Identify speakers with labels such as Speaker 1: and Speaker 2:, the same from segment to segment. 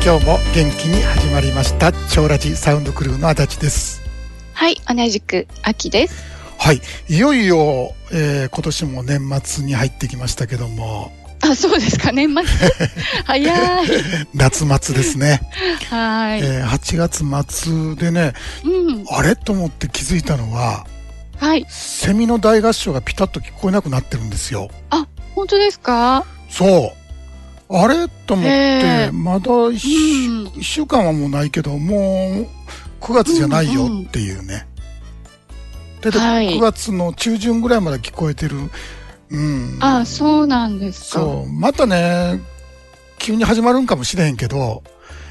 Speaker 1: 日も元気に始まりました超ラジサウンドクルーの足立です
Speaker 2: はい、同じく秋です。
Speaker 1: はいいよいよ、えー今年も年末に入ってきましたけども
Speaker 2: あ、そうですか、年末。早い。
Speaker 1: 夏末ですね、
Speaker 2: はい。
Speaker 1: えー8月末でね
Speaker 2: うん、
Speaker 1: あれと思って気づいたのは
Speaker 2: はい。
Speaker 1: セミの大合唱がピタッと聞こえなくなってるんですよ
Speaker 2: 本当ですか。
Speaker 1: そうあれと思っ
Speaker 2: へ
Speaker 1: て
Speaker 2: ー
Speaker 1: まだ1
Speaker 2: う
Speaker 1: 週
Speaker 2: ん。
Speaker 1: 一週間はもうないけどもう9月じゃないよっていうね、だいたい
Speaker 2: はい
Speaker 1: 9月の中旬ぐらいまで聞こえてるうん
Speaker 2: あ、そうなんですか。
Speaker 1: そうまたね急に始まるんかもしれへんけど、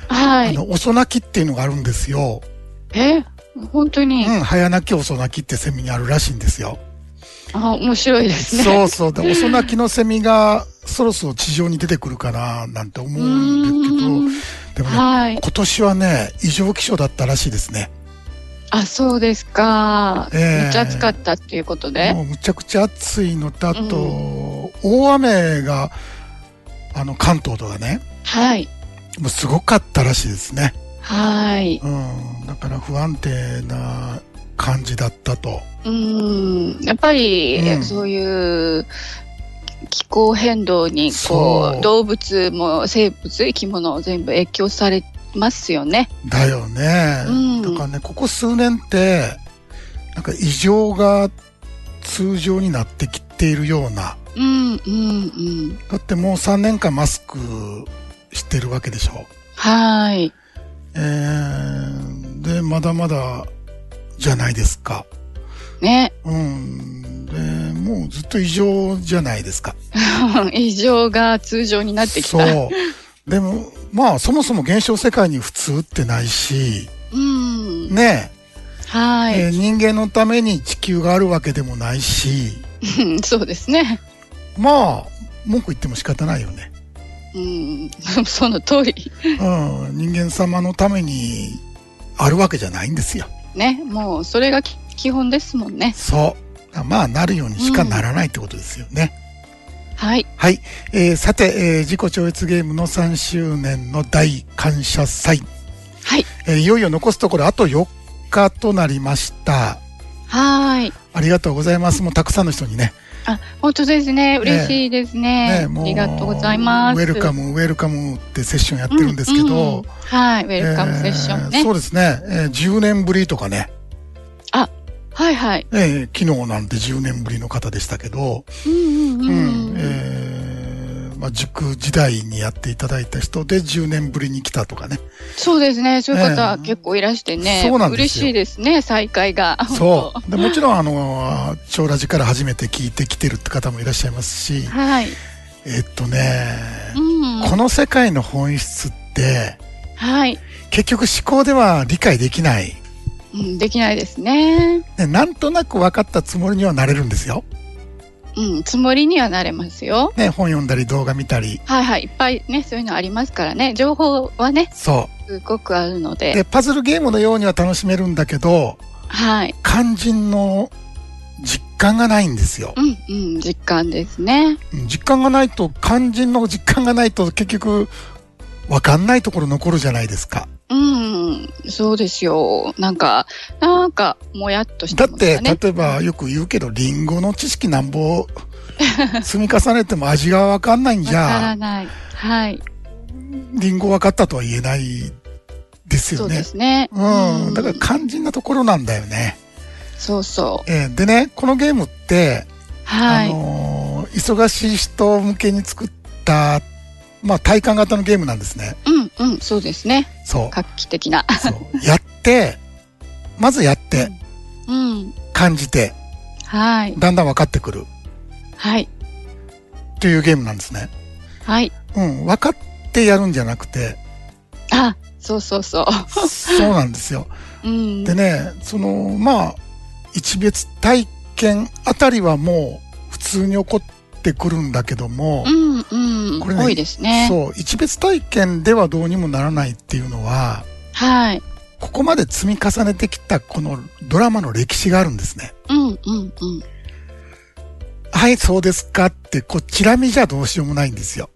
Speaker 2: は
Speaker 1: あ
Speaker 2: い。
Speaker 1: の遅泣きっていうのがあるんですよ、
Speaker 2: え、本当に。
Speaker 1: うん、早泣き遅泣きってセミにあるらしいんですよ、
Speaker 2: あ、面白いですね。
Speaker 1: そうそうで遅泣きのセミがそろそろ地上に出てくるかななんて思
Speaker 2: う
Speaker 1: うん
Speaker 2: ー
Speaker 1: だ
Speaker 2: ん。
Speaker 1: けどでもね
Speaker 2: はい。
Speaker 1: 今年はね異常気象だったらしいですね
Speaker 2: あ、そうですか。
Speaker 1: ええ
Speaker 2: めっちゃ暑かったっていうことで。
Speaker 1: もうむちゃくちゃ暑いのとあと、大雨があの関東とかね
Speaker 2: はい。
Speaker 1: もうすごかったらしいですね、
Speaker 2: はい。
Speaker 1: うん、だから不安定な感じだったと
Speaker 2: うん。やっぱり、
Speaker 1: うん
Speaker 2: そういう。気候変動にこ
Speaker 1: そうう
Speaker 2: 動物も生物生き物全部影響されますよね。
Speaker 1: だよね、
Speaker 2: うん
Speaker 1: だからねここ数年ってなんか異常が通常になってきているような
Speaker 2: うんうんうん。
Speaker 1: だってもう3年間マスクしてるわけでしょ
Speaker 2: はい。
Speaker 1: えー、でまだまだじゃないですか
Speaker 2: ね。
Speaker 1: うん。で、もうずっと異常じゃないですか。
Speaker 2: 異常が通常になってきた。う。
Speaker 1: そう。でも、まあ、そもそも現象世界に普通ってないし、
Speaker 2: ん。
Speaker 1: ね
Speaker 2: は
Speaker 1: え、えー
Speaker 2: い。
Speaker 1: 人間のために地球があるわけでもないし、
Speaker 2: そうですね。
Speaker 1: まあ、文句言っても仕方ないよね。
Speaker 2: うん。 その通り。
Speaker 1: うん。人間様のためにあるわけじゃないんですよ。
Speaker 2: ね。もう、それがき基本ですもんね。
Speaker 1: そう。まあ、なるようにしかならないってことですよね。
Speaker 2: はい。
Speaker 1: はい、えーさて、えー自己超越ゲームの3周年の大感謝祭、
Speaker 2: はい。
Speaker 1: えーいよいよ残すところあと4日となりました
Speaker 2: はい。
Speaker 1: ありがとうございますもうたくさんの人にね
Speaker 2: あ、本当ですね。嬉しいですね。
Speaker 1: も
Speaker 2: ありがとうございます。
Speaker 1: ウェルカムウェルカムってセッションやってるんですけ
Speaker 2: う
Speaker 1: ど、
Speaker 2: んうんはい。ウェルカムセッション
Speaker 1: えー
Speaker 2: ね
Speaker 1: そ。うですね、えー10年ぶりとかね、
Speaker 2: はいはい。
Speaker 1: えー昨日なんて10年ぶりの方でしたけど、
Speaker 2: うんうんうん。
Speaker 1: えーまあ、塾時代にやっていただいた人で10年ぶりに来たとかね
Speaker 2: そうですね。そういう方、
Speaker 1: ええ
Speaker 2: 結構いらしてね。
Speaker 1: そうなんですよ
Speaker 2: 嬉しいですね。再会が。
Speaker 1: そうでもちろんあの超ラジから初めて聞いてきてるって方もいらっしゃいますし
Speaker 2: はい。
Speaker 1: えっとね、
Speaker 2: うん。
Speaker 1: この世界の本質って
Speaker 2: はい、
Speaker 1: 結局思考では理解できない、
Speaker 2: うん。できないですね。
Speaker 1: ね、なんとなく分かったつもりにはなれるんですよ、
Speaker 2: うん。つもりにはなれますよ。
Speaker 1: ね、本読んだり動画見たり
Speaker 2: はいはい。いっぱいね、そういうのありますからね。情報はね、
Speaker 1: そ
Speaker 2: すごくあるの
Speaker 1: う
Speaker 2: で。
Speaker 1: でパズルゲームのようには楽しめるんだけど
Speaker 2: はい。
Speaker 1: 肝心の実感がないんですよ
Speaker 2: うんうん。実感ですね。
Speaker 1: うん実感がないと肝心の実感がないと結局分かんないところ残るじゃないですか
Speaker 2: うん。そうですよ。なんか、なんか、もやっとし
Speaker 1: だ
Speaker 2: た
Speaker 1: っ
Speaker 2: もの
Speaker 1: て、
Speaker 2: がね。
Speaker 1: 例えばよく言うけど、リンゴの知識なんぼ積み重ねても味がわかんないん
Speaker 2: わ
Speaker 1: じ
Speaker 2: から
Speaker 1: ゃ、
Speaker 2: ない。はい。
Speaker 1: リンゴ分かったとは言えないです
Speaker 2: そ
Speaker 1: よ
Speaker 2: うで
Speaker 1: ね。
Speaker 2: すね。
Speaker 1: うん。だから肝心なところなんだよね。
Speaker 2: そうそう。
Speaker 1: えーでね、このゲームって、
Speaker 2: は
Speaker 1: あ
Speaker 2: い。
Speaker 1: のー忙しい人向けに作った、まあ体感型のゲームなんですね。
Speaker 2: うんうん。そうですね。
Speaker 1: そう。
Speaker 2: 画期的な。
Speaker 1: そうやって、まずやって、
Speaker 2: うん。
Speaker 1: 感じて、
Speaker 2: はい。
Speaker 1: だんだん分かってくる
Speaker 2: はい。
Speaker 1: というゲームなんですね。
Speaker 2: はい。
Speaker 1: うん、分かってやるんじゃなくて、
Speaker 2: あ、そうそうそ う。
Speaker 1: そうなんですよ。
Speaker 2: うん
Speaker 1: でね、その、まあ、一別体験あたりはもう普通に起こってくるんだけども
Speaker 2: う、んうん。
Speaker 1: これね
Speaker 2: 多いですね。
Speaker 1: そう、一別体験ではどうにもならないっていうのは、
Speaker 2: はい。
Speaker 1: ここまで積み重ねてきたこのドラマの歴史があるんですね。
Speaker 2: うんうんうん。
Speaker 1: はい、そうですかって、こう、チラ見じゃどうしようもないんですよ。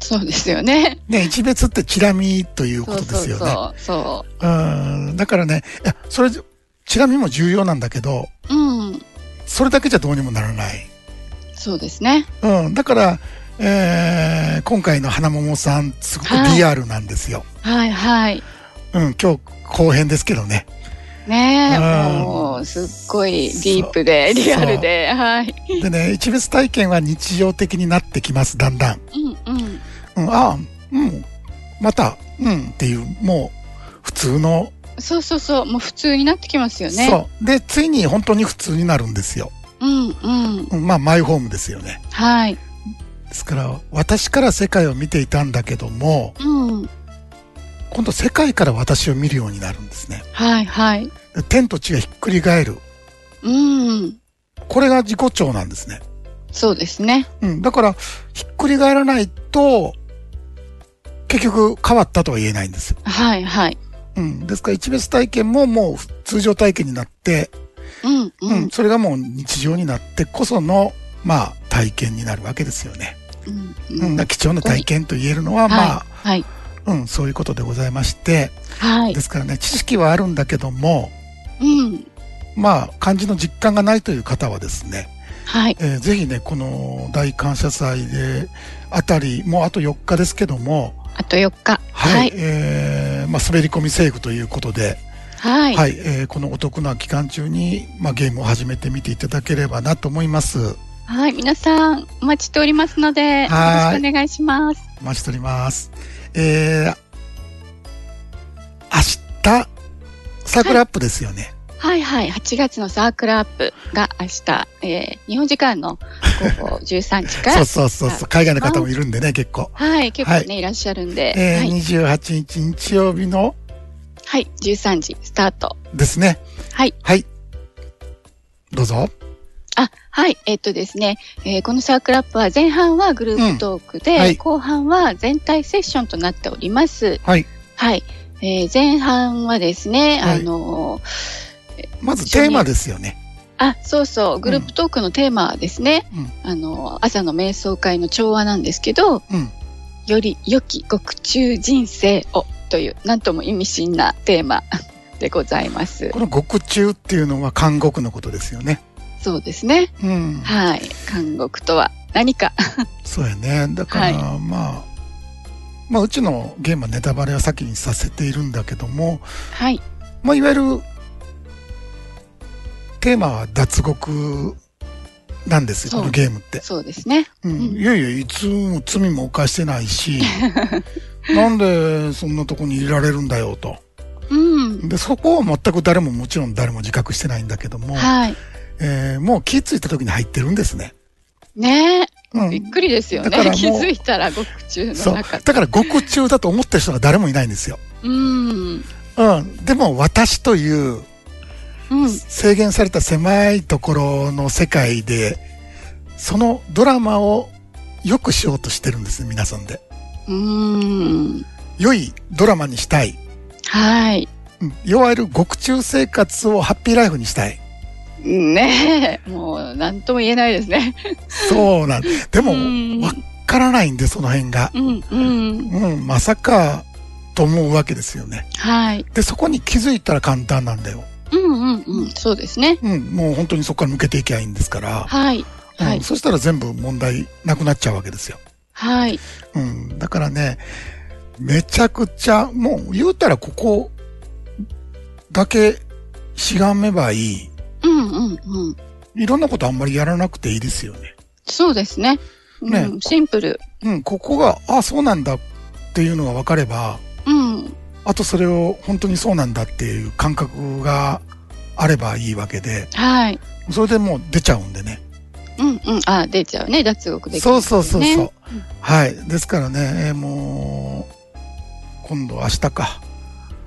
Speaker 2: そうですよね。
Speaker 1: ね、一別ってチラ見というこ
Speaker 2: そう
Speaker 1: とで
Speaker 2: そう
Speaker 1: すよね。
Speaker 2: そう。そ
Speaker 1: うん。だからね、いや、それ、チラ見も重要なんだけど、
Speaker 2: う。うん。
Speaker 1: それだけじゃどうにもならない。
Speaker 2: そうですね。
Speaker 1: うん。だから、えー、今回の花桃さん、すごく
Speaker 2: はい
Speaker 1: リアルなんですよ。
Speaker 2: はいはい。
Speaker 1: うん、今日後編ですけどね。
Speaker 2: ねえ、
Speaker 1: うん
Speaker 2: もう、すっごいディープで、
Speaker 1: そう
Speaker 2: リアルで、はい。
Speaker 1: でね、一別体験は日常的になってきます、だんだん。
Speaker 2: うんうん。
Speaker 1: うん、ああ、うん、また、うんっていう、もう、普通の、
Speaker 2: そうそうそう。もう普通になってきますよね。
Speaker 1: そう。で、ついに本当に普通になるんですよ。
Speaker 2: うんうん。
Speaker 1: うん、まあ、マイホームですよね。
Speaker 2: はい。
Speaker 1: ですから、私から世界を見ていたんだけども、
Speaker 2: うん。
Speaker 1: 今度世界から私を見るようになるんですね。
Speaker 2: はいはい。
Speaker 1: で天と地がひっくり返る。
Speaker 2: うん。
Speaker 1: これが自己調なんですね。
Speaker 2: そうですね。
Speaker 1: うん。だから、ひっくり返らないと、結局変わったとは言えないんですよ。
Speaker 2: はいはい。
Speaker 1: うん。ですから、一別体験ももう通常体験になって、
Speaker 2: うんう
Speaker 1: うんん。。それがもう日常になってこその、まあ、体験になるわけですよね。
Speaker 2: うん
Speaker 1: うん。だから貴重な体験と言えるのは、まあ、
Speaker 2: はい。
Speaker 1: うん、そういうことでございまして、
Speaker 2: はい。はい
Speaker 1: で。すからね、知識はあるんだけども、
Speaker 2: うん。
Speaker 1: まあ、漢字の実感がないという方はですね、
Speaker 2: はい。
Speaker 1: えーぜひね、この大感謝祭で、あたり、もうあと4日ですけども、
Speaker 2: あと4日。
Speaker 1: はい、
Speaker 2: はい。
Speaker 1: えーまあ、滑り込みセーフということで、
Speaker 2: は。
Speaker 1: はいい、えーこのお得な期間中に、まあ、ゲームを始めてみていただければなと思います。
Speaker 2: はい。皆さん、お待ちしておりますので、よろ
Speaker 1: はい
Speaker 2: しくお願いします。
Speaker 1: お待ちしております。えー明日、サークルアップですよね。
Speaker 2: はいはい。8月のサークルアップが明日、えー、日本時間の午 後13時か
Speaker 1: そう
Speaker 2: ら。
Speaker 1: そうそうそう、海外の方もいるんでね、結構。
Speaker 2: はい。結構ね、、
Speaker 1: はい
Speaker 2: らっしゃるんで、
Speaker 1: えー
Speaker 2: はい。
Speaker 1: 28日日曜日の
Speaker 2: はい。13時スタート。
Speaker 1: ですね。
Speaker 2: はい。
Speaker 1: はい。どうぞ。
Speaker 2: あ、はい。えっとですね、えーこのサークルアップは前半はグループトークで、
Speaker 1: うんはい
Speaker 2: 後半は全体セッションとなっております。
Speaker 1: はい。
Speaker 2: はい。えー前半はですね、
Speaker 1: はい
Speaker 2: あのー
Speaker 1: まずテーマですよね。
Speaker 2: あ、そうそう、グループトークのテーマはですね、あのー朝の瞑想会の調和なんですけど、
Speaker 1: うん。うん。
Speaker 2: より良き獄中人生をという、なんとも意味深なテーマ でございます。
Speaker 1: この獄中っていうのは監獄のことですよね。
Speaker 2: そうですね。
Speaker 1: うん。
Speaker 2: はい。監獄とは何か。
Speaker 1: そうやね。だから、まあ、まあ、うちのゲームはネタバレは先にさせているんだけども、
Speaker 2: はい。
Speaker 1: まあ、いわゆる、テーマは脱獄なんですよ、
Speaker 2: そう
Speaker 1: このゲームって。
Speaker 2: そうですね。
Speaker 1: うん、
Speaker 2: うん
Speaker 1: いやいや、いつも罪も犯してない し、なんでそんなとこにいられるんだよと。
Speaker 2: うん。
Speaker 1: で、そこは全く誰ももちろん誰も自覚してないんだけども、
Speaker 2: はい。
Speaker 1: えーもう気づいた時に入ってるんですね。
Speaker 2: ねえ、
Speaker 1: う
Speaker 2: びっ
Speaker 1: ん。
Speaker 2: くりですよ
Speaker 1: だか
Speaker 2: ね。
Speaker 1: らもう
Speaker 2: 気づいたら獄中
Speaker 1: そ
Speaker 2: の
Speaker 1: う。
Speaker 2: 中。
Speaker 1: だから獄中だと思った人が誰もいないんですよ。
Speaker 2: うん。
Speaker 1: うん。でも私という
Speaker 2: うん。
Speaker 1: 制限された狭いところの世界で、そのドラマを良くしようとしてるんですね、皆さんで。
Speaker 2: うん。
Speaker 1: 良いドラマにしたい。
Speaker 2: はい。
Speaker 1: うんいわゆる獄中生活をハッピーライフにしたい。
Speaker 2: ねえ、もう、なんとも言えないですね。
Speaker 1: そうなん。でも
Speaker 2: う、ん
Speaker 1: わからないんで、その辺が。
Speaker 2: うん。うん。
Speaker 1: うん、まさか、と思うわけですよね。
Speaker 2: はい。
Speaker 1: で、そこに気づいたら簡単なんだよ。
Speaker 2: うんうんうん。そうですね。
Speaker 1: うん、もう本当にそこから抜けていけばいいんですから。
Speaker 2: はい。は
Speaker 1: う
Speaker 2: い
Speaker 1: ん、。そしたら全部問題なくなっちゃうわけですよ。
Speaker 2: はい。
Speaker 1: うん、だからね、めちゃくちゃ、もう言うたらここだけしがめばいい。
Speaker 2: うんうんうん。
Speaker 1: いろんなことあんまりやらなくていいですよね。
Speaker 2: そうですね。
Speaker 1: ね
Speaker 2: うん、シンプル。
Speaker 1: うん、ここが、あ、そうなんだっていうのが分かれば、
Speaker 2: うん。
Speaker 1: あとそれを本当にそうなんだっていう感覚があればいいわけで、
Speaker 2: はい。
Speaker 1: それでもう出ちゃうんでね。
Speaker 2: うんうん。あ、出ちゃうね。脱獄できる、
Speaker 1: そうそうそうそう。
Speaker 2: ね。
Speaker 1: はい。ですからね、えーもう、今度明日か。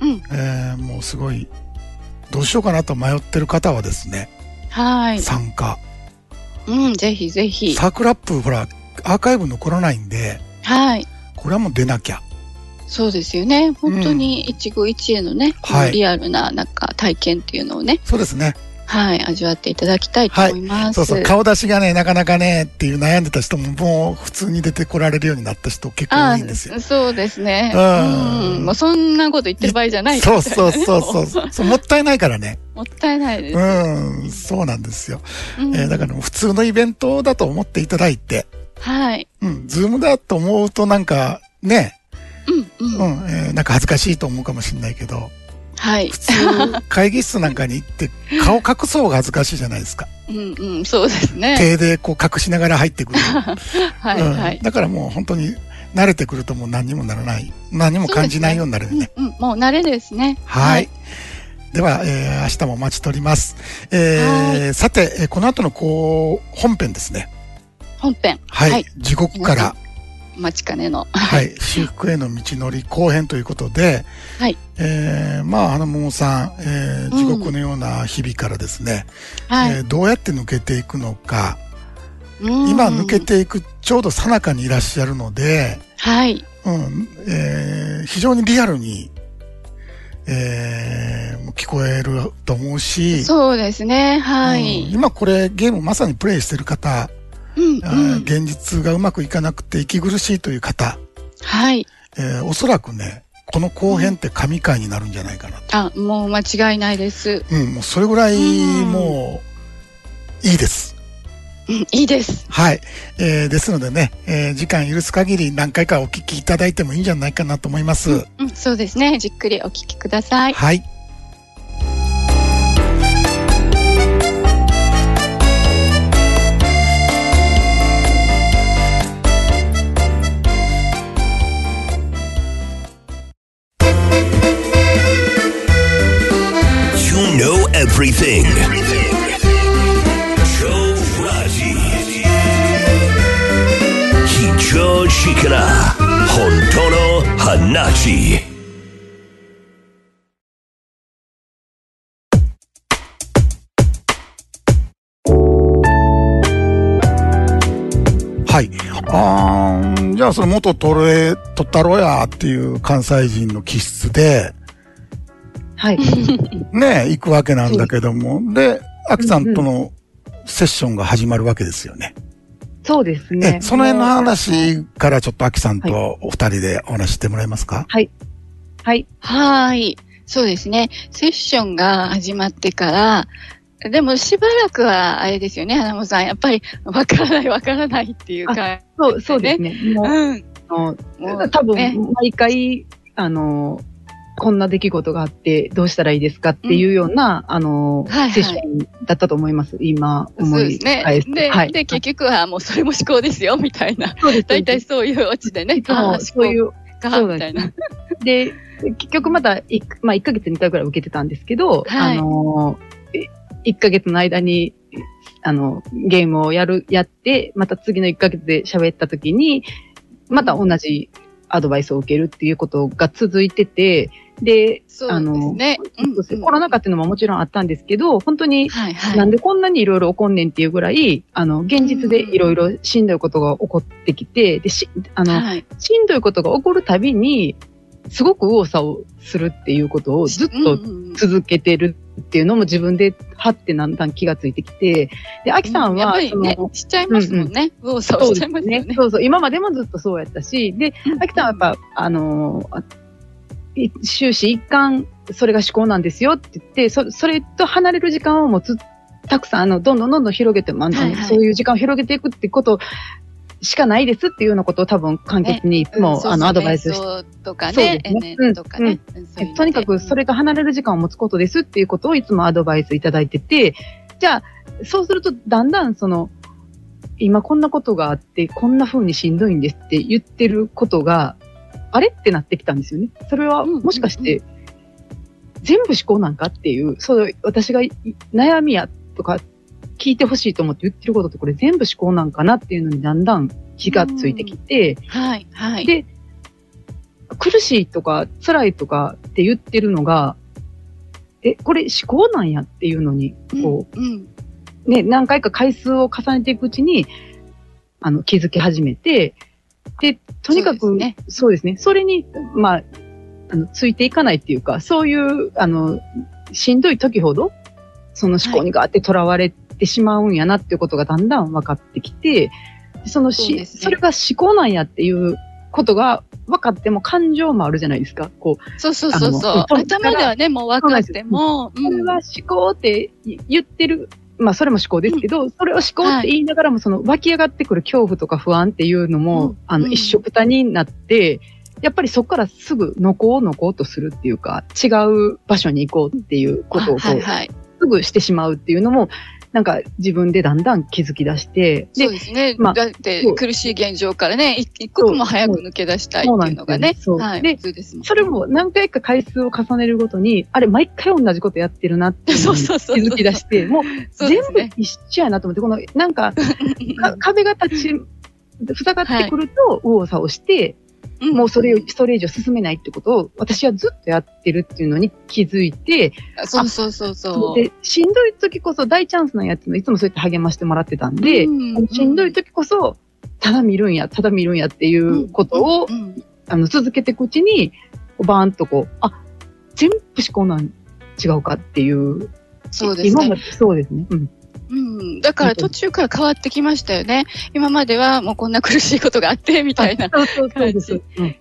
Speaker 2: うん
Speaker 1: えーもうすごい、どうしようかなと迷ってる方はですね、
Speaker 2: はい。
Speaker 1: 参加。
Speaker 2: うん。ぜひぜひ。
Speaker 1: サークルアップ、ほら、アーカイブ残らないんで、
Speaker 2: はい。
Speaker 1: これはもう出なきゃ。
Speaker 2: そうですよね。本当に一期一会のね、
Speaker 1: はい
Speaker 2: リアルななんか体験っていうのをね、
Speaker 1: そうですね。
Speaker 2: はい、味わっていただきたいと思います。
Speaker 1: そうそう、顔出しがね、なかなかね、っていう悩んでた人も、もう普通に出てこられるようになった人結構
Speaker 2: あ
Speaker 1: 多
Speaker 2: あ
Speaker 1: いんですよ。
Speaker 2: そうですね。
Speaker 1: うん
Speaker 2: うんもうそんなこと言ってる場合じゃない。
Speaker 1: そうそうそうそう。そうもったいないからね。
Speaker 2: もったいないです。
Speaker 1: うん、そうなんですよ。
Speaker 2: うん
Speaker 1: えーだから普通のイベントだと思っていただいて、
Speaker 2: はい。
Speaker 1: うん、ズームだと思うとなんか、ね、
Speaker 2: うん、
Speaker 1: う
Speaker 2: うん。
Speaker 1: ん、えーなんか恥ずかしいと思うかもしれないけど、
Speaker 2: はい。
Speaker 1: 普通会議室なんかに行って顔隠そうが恥ずかしいじゃないです か。
Speaker 2: うんうん、そうですね。
Speaker 1: 手でこう隠しながら入ってくる。
Speaker 2: はい、
Speaker 1: うん
Speaker 2: はい。
Speaker 1: だからもう本当に慣れてくるともう何にもならない。何も感じないようになるよね。
Speaker 2: うん、うん、もう慣れですね。
Speaker 1: はい。。では、えー明日もお待ちしております。えー、さて、えーこの後のこう、本編ですね。
Speaker 2: 本編、
Speaker 1: はい。
Speaker 2: はい
Speaker 1: 地獄から、
Speaker 2: お待ちかねの。。
Speaker 1: はいい。修復への道のり後編ということで、
Speaker 2: はい。
Speaker 1: えー、まあ、あの、桃さん、えー
Speaker 2: うん
Speaker 1: 地獄のような日々からですね、
Speaker 2: はい。
Speaker 1: えーどうやって抜けていくのか、
Speaker 2: うん
Speaker 1: 今抜け。ていくちょうど最中にいらっしゃるので、
Speaker 2: はい。
Speaker 1: うん、えー非常にリアルに、えーもう聞こえると思うし、
Speaker 2: そうですね。は
Speaker 1: うん
Speaker 2: い。
Speaker 1: 今これゲームまさにプレイしてる方、
Speaker 2: うん、う
Speaker 1: あー
Speaker 2: ん。
Speaker 1: 現実がうまくいかなくて息苦しいという方、
Speaker 2: はい。
Speaker 1: えーおそらくね、この後編って神回になるんじゃないかなと。
Speaker 2: あ、もう間違いないです。
Speaker 1: うん、もうそれぐらい
Speaker 2: うん
Speaker 1: もういいです。
Speaker 2: うん、いいです。
Speaker 1: はい。えーですのでね、えー時間許す限り何回かお聞きいただいてもいいんじゃないかなと思います。
Speaker 2: うん、そうですね。じっくりお聞きください。
Speaker 1: はい。
Speaker 3: You know everything. Joe Raji. Hicho Shikara. Hontono Hanachi.
Speaker 1: はい。あーじゃあ、その元トレ、トタロヤっていう関西人の気質で、
Speaker 4: はい。
Speaker 1: ね、行くわけなんだけども、で、アキさんとのセッションが始まるわけですよね。
Speaker 4: そうです
Speaker 1: ね
Speaker 4: ね。
Speaker 1: その辺の
Speaker 4: もう
Speaker 1: 話からちょっとアキさんとお二人でお話ししてもらえますか、
Speaker 4: はい。
Speaker 2: はーい。そうですね。セッションが始まってから、でもしばらくは、あれですよね、花本さん。やっぱり、わからない、わからないっていうか、
Speaker 4: そう、そうですね。もう
Speaker 2: うん。
Speaker 4: あ
Speaker 2: も
Speaker 4: の、
Speaker 2: う
Speaker 4: 多
Speaker 2: ね
Speaker 4: 分、毎回、あの、こんな出来事があって、どうしたらいいですかっていうような、あの、
Speaker 2: はいはい
Speaker 4: セッションだったと思います。今、
Speaker 2: そ
Speaker 4: 思
Speaker 2: うで
Speaker 4: い
Speaker 2: すね
Speaker 4: 返す。。
Speaker 2: で、
Speaker 4: はい。
Speaker 2: で、結局はもうそれも思考ですよ、みたいな。
Speaker 4: そうです。
Speaker 2: 大体そういうオチでね、あ
Speaker 4: そ
Speaker 2: あ
Speaker 4: う、そういう、
Speaker 2: 思考か、
Speaker 4: そうなん
Speaker 2: みたいな。
Speaker 4: で、結局まだいまあ、1ヶ月2回くらい受けてたんですけど、
Speaker 2: はい
Speaker 4: あのー、1ヶ月の間に、あの、ゲームをやる、やって、また次の1ヶ月で喋った時に、また同じアドバイスを受けるっていうことが続いてて、で、
Speaker 2: そうですね。うんうん
Speaker 4: コロナ禍っていうのももちろんあったんですけど、本当に、
Speaker 2: はいは
Speaker 4: ないん。でこんなにいろいろ起こんねんっていうぐらい、あの、現実でいろいろしんどいことが起こってきて、で、し、あの、
Speaker 2: はい。
Speaker 4: しんどいことが起こるたびに、すごく右往左往するっていうことをずっと
Speaker 2: うんうん
Speaker 4: 続けてるっていうのも自分で、はってだんだん気がついてきて、で、アキさん
Speaker 2: やっ
Speaker 4: は、
Speaker 2: ぱりね
Speaker 4: その、
Speaker 2: しちゃいますもんね。右往左往
Speaker 4: そう
Speaker 2: しちゃいますよね。
Speaker 4: そうそう、今までもずっとそうやったし、で、アキさんはやっぱ、あのー、あい終始一貫、それが思考なんですよって言って、そそれと離れる時間をもうずたくさん、あの、どんどんどんどん広げて、まああの
Speaker 2: はいはい
Speaker 4: そういう時間を広げていくってことしかないですっていうようなことを多分簡潔にいつも、
Speaker 2: そう
Speaker 4: あ
Speaker 2: そう
Speaker 4: の、アドバイスして
Speaker 2: 瞑想とか
Speaker 4: そう
Speaker 2: ね
Speaker 4: で、すね
Speaker 2: NN とかね。そういうので
Speaker 4: とにかくそれと離れる時間を持つことですっていうことをいつもアドバイスいただいてて、じゃあ、そうするとだんだんその、今こんなことがあって、こんな風にしんどいんですって言ってることが、あれってなってきたんですよね。それは
Speaker 2: うんうんうん
Speaker 4: もしかして、全部思考なんかっていう、そう、私がい悩みやとか聞いてほしいと思って言ってることってこれ全部思考なんかなっていうのにだんだん気がついてきて、
Speaker 2: はい、はい。
Speaker 4: で苦しいとか辛いとかって言ってるのが、え、これ思考なんやっていうのに、こ
Speaker 2: うん、うん。
Speaker 4: う、ね、何回か回数を重ねていくうちに、あの、気づき始めて、で、とにかく、
Speaker 2: そうですね
Speaker 4: そうですねそれに、まあ、あの、ついていかないっていうか、そういう、あの、しんどい時ほど、その思考にガーってとらわれてしまうんやなっていうことがだんだん分かってきて、その
Speaker 2: そう
Speaker 4: し、
Speaker 2: ですね
Speaker 4: それが思考なんやっていうことが分かっても感情もあるじゃないですか。こう、
Speaker 2: そうそうそうそう
Speaker 4: あ。の
Speaker 2: 頭ではね、もう分かっても、
Speaker 4: これは思考って言ってる、まあそれも思考ですけど、それを思考って言いながらも、その湧き上がってくる恐怖とか不安っていうのも、
Speaker 2: うん
Speaker 4: あ
Speaker 2: う
Speaker 4: の
Speaker 2: ん
Speaker 4: 一緒くたになって、やっぱりそこからすぐのこうのこうとするっていうか、違う場所に行こうっていうことを
Speaker 2: あ
Speaker 4: こ
Speaker 2: はい、
Speaker 4: う
Speaker 2: はい。
Speaker 4: すぐしてしまうっていうのも、なんか自分でだんだん気づき出して、で
Speaker 2: そう、ですね。
Speaker 4: まあ
Speaker 2: だって
Speaker 4: そう
Speaker 2: 苦しい現状からね、一一刻も早く抜け出したいっていうのがね。
Speaker 4: そうそう
Speaker 2: は
Speaker 4: なん
Speaker 2: い。
Speaker 4: ですよそ
Speaker 2: 普通
Speaker 4: うで
Speaker 2: ですもん。
Speaker 4: それも何回か回数を重ねるごとに、あれ、毎回同じことやってるなっていう
Speaker 2: そう
Speaker 4: のに気
Speaker 2: そうそう。
Speaker 4: づき出して、もう
Speaker 2: そう
Speaker 4: 全
Speaker 2: です
Speaker 4: 部
Speaker 2: ね。
Speaker 4: 一緒やなと思って、この、なんか、か壁が立ち、塞がってくると、右往左往して、
Speaker 2: ん
Speaker 4: もうそれを、それ以上進めないってことを、私はずっとやってるっていうのに気づいて、
Speaker 2: そうそうそうそう。
Speaker 4: で、しんどい時こそ大チャンスなんやっていうのいつもそうやって励ましてもらってたんで、
Speaker 2: うん
Speaker 4: しんどい時こそ、ただ見るんや、ただ見るんやっていうことを、
Speaker 2: うん
Speaker 4: あの、続けていくうちに、バーンとこう、あ、全部思考なん違うかっていう。
Speaker 2: そうです
Speaker 4: 今
Speaker 2: ね
Speaker 4: ま。でそうですね。うん。
Speaker 2: うん。だから途中から変わってきましたよね。今まではもうこんな苦しいことがあって、みたいな。
Speaker 4: そうそうそうです。
Speaker 2: 感
Speaker 4: うん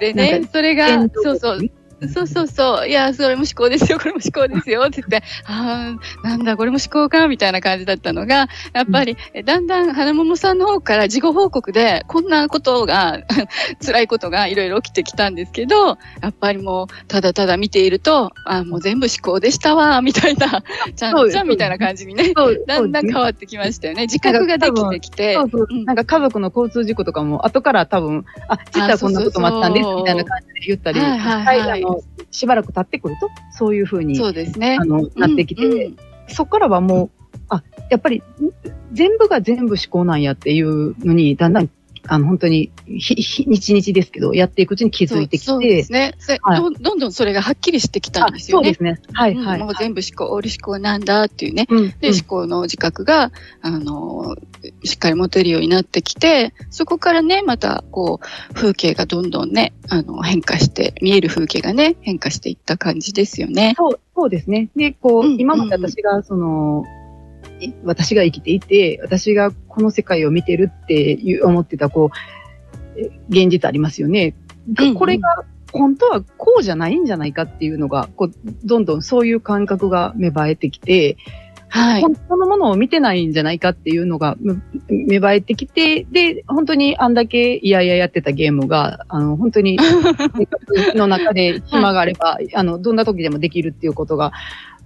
Speaker 2: で
Speaker 4: なん
Speaker 2: ね
Speaker 4: か、
Speaker 2: それが、そうそう。
Speaker 4: ん
Speaker 2: そうそうそう。いや、それも思考ですよ、これも思考ですよ、って言って、ああ、なんだ、これも思考か、みたいな感じだったのが、やっぱり、えだんだん花桃さんの方から事後報告で、こんなことが、 辛いことがいろいろ起きてきたんですけど、やっぱりもう、ただただ見ていると、あもう全部思考でしたわ、みたいな、ちゃ
Speaker 4: そうんです
Speaker 2: ちゃんみたいな感じにね、
Speaker 4: そう
Speaker 2: だんだん変
Speaker 4: わ
Speaker 2: わってきましたよね。自覚ができてきて
Speaker 4: そ、うそう
Speaker 2: うん
Speaker 4: なんか家族の交通事故とかも、後から多分、あ、実はこんなこともあったんです、みたいな感じで言ったり、
Speaker 2: はいはいはい
Speaker 4: 一回あのしばらく経ってくると、そういうふうに
Speaker 2: そうですね
Speaker 4: あ。のなってきて、
Speaker 2: うんうん
Speaker 4: そこからはもう、あ、やっぱり、ん全部が全部思考なんやっていうのに、だんだん、あの、本当に、ひ、ひ、日々ですけど、やっていくうちに気づいてきて、
Speaker 2: そうそうですね。それ
Speaker 4: はい
Speaker 2: どんどんどんそれがはっきりしてきた
Speaker 4: あ
Speaker 2: んです
Speaker 4: そ
Speaker 2: よ
Speaker 4: う
Speaker 2: ね
Speaker 4: で。すね。はい、はい。
Speaker 2: うんもう全部思考、オール思考なんだっていうね。
Speaker 4: うん、
Speaker 2: で、思考の自覚が、あのー、しっかり持てるようになってきて、そこからね、また、こう、風景がどんどんね、あの、変化して、見える風景がね、変化していった感じですよね。
Speaker 4: そう、そうですね。で、こう、
Speaker 2: うん
Speaker 4: 今まで私が、その、い私が生きていて、私がこの世界を見てるっていう思ってた、こう、え現実ありますよね。
Speaker 2: うんうん
Speaker 4: これが、本当はこうじゃないんじゃないかっていうのが、こう、どんどんそういう感覚が芽生えてきて、
Speaker 2: はい。
Speaker 4: 本当のものを見てないんじゃないかっていうのがむ芽生えてきて、で、本当にあんだけいやいややってたゲームが、あの、本当 に、生活の中で暇があれば、あの、どんな時でもできるっていうことが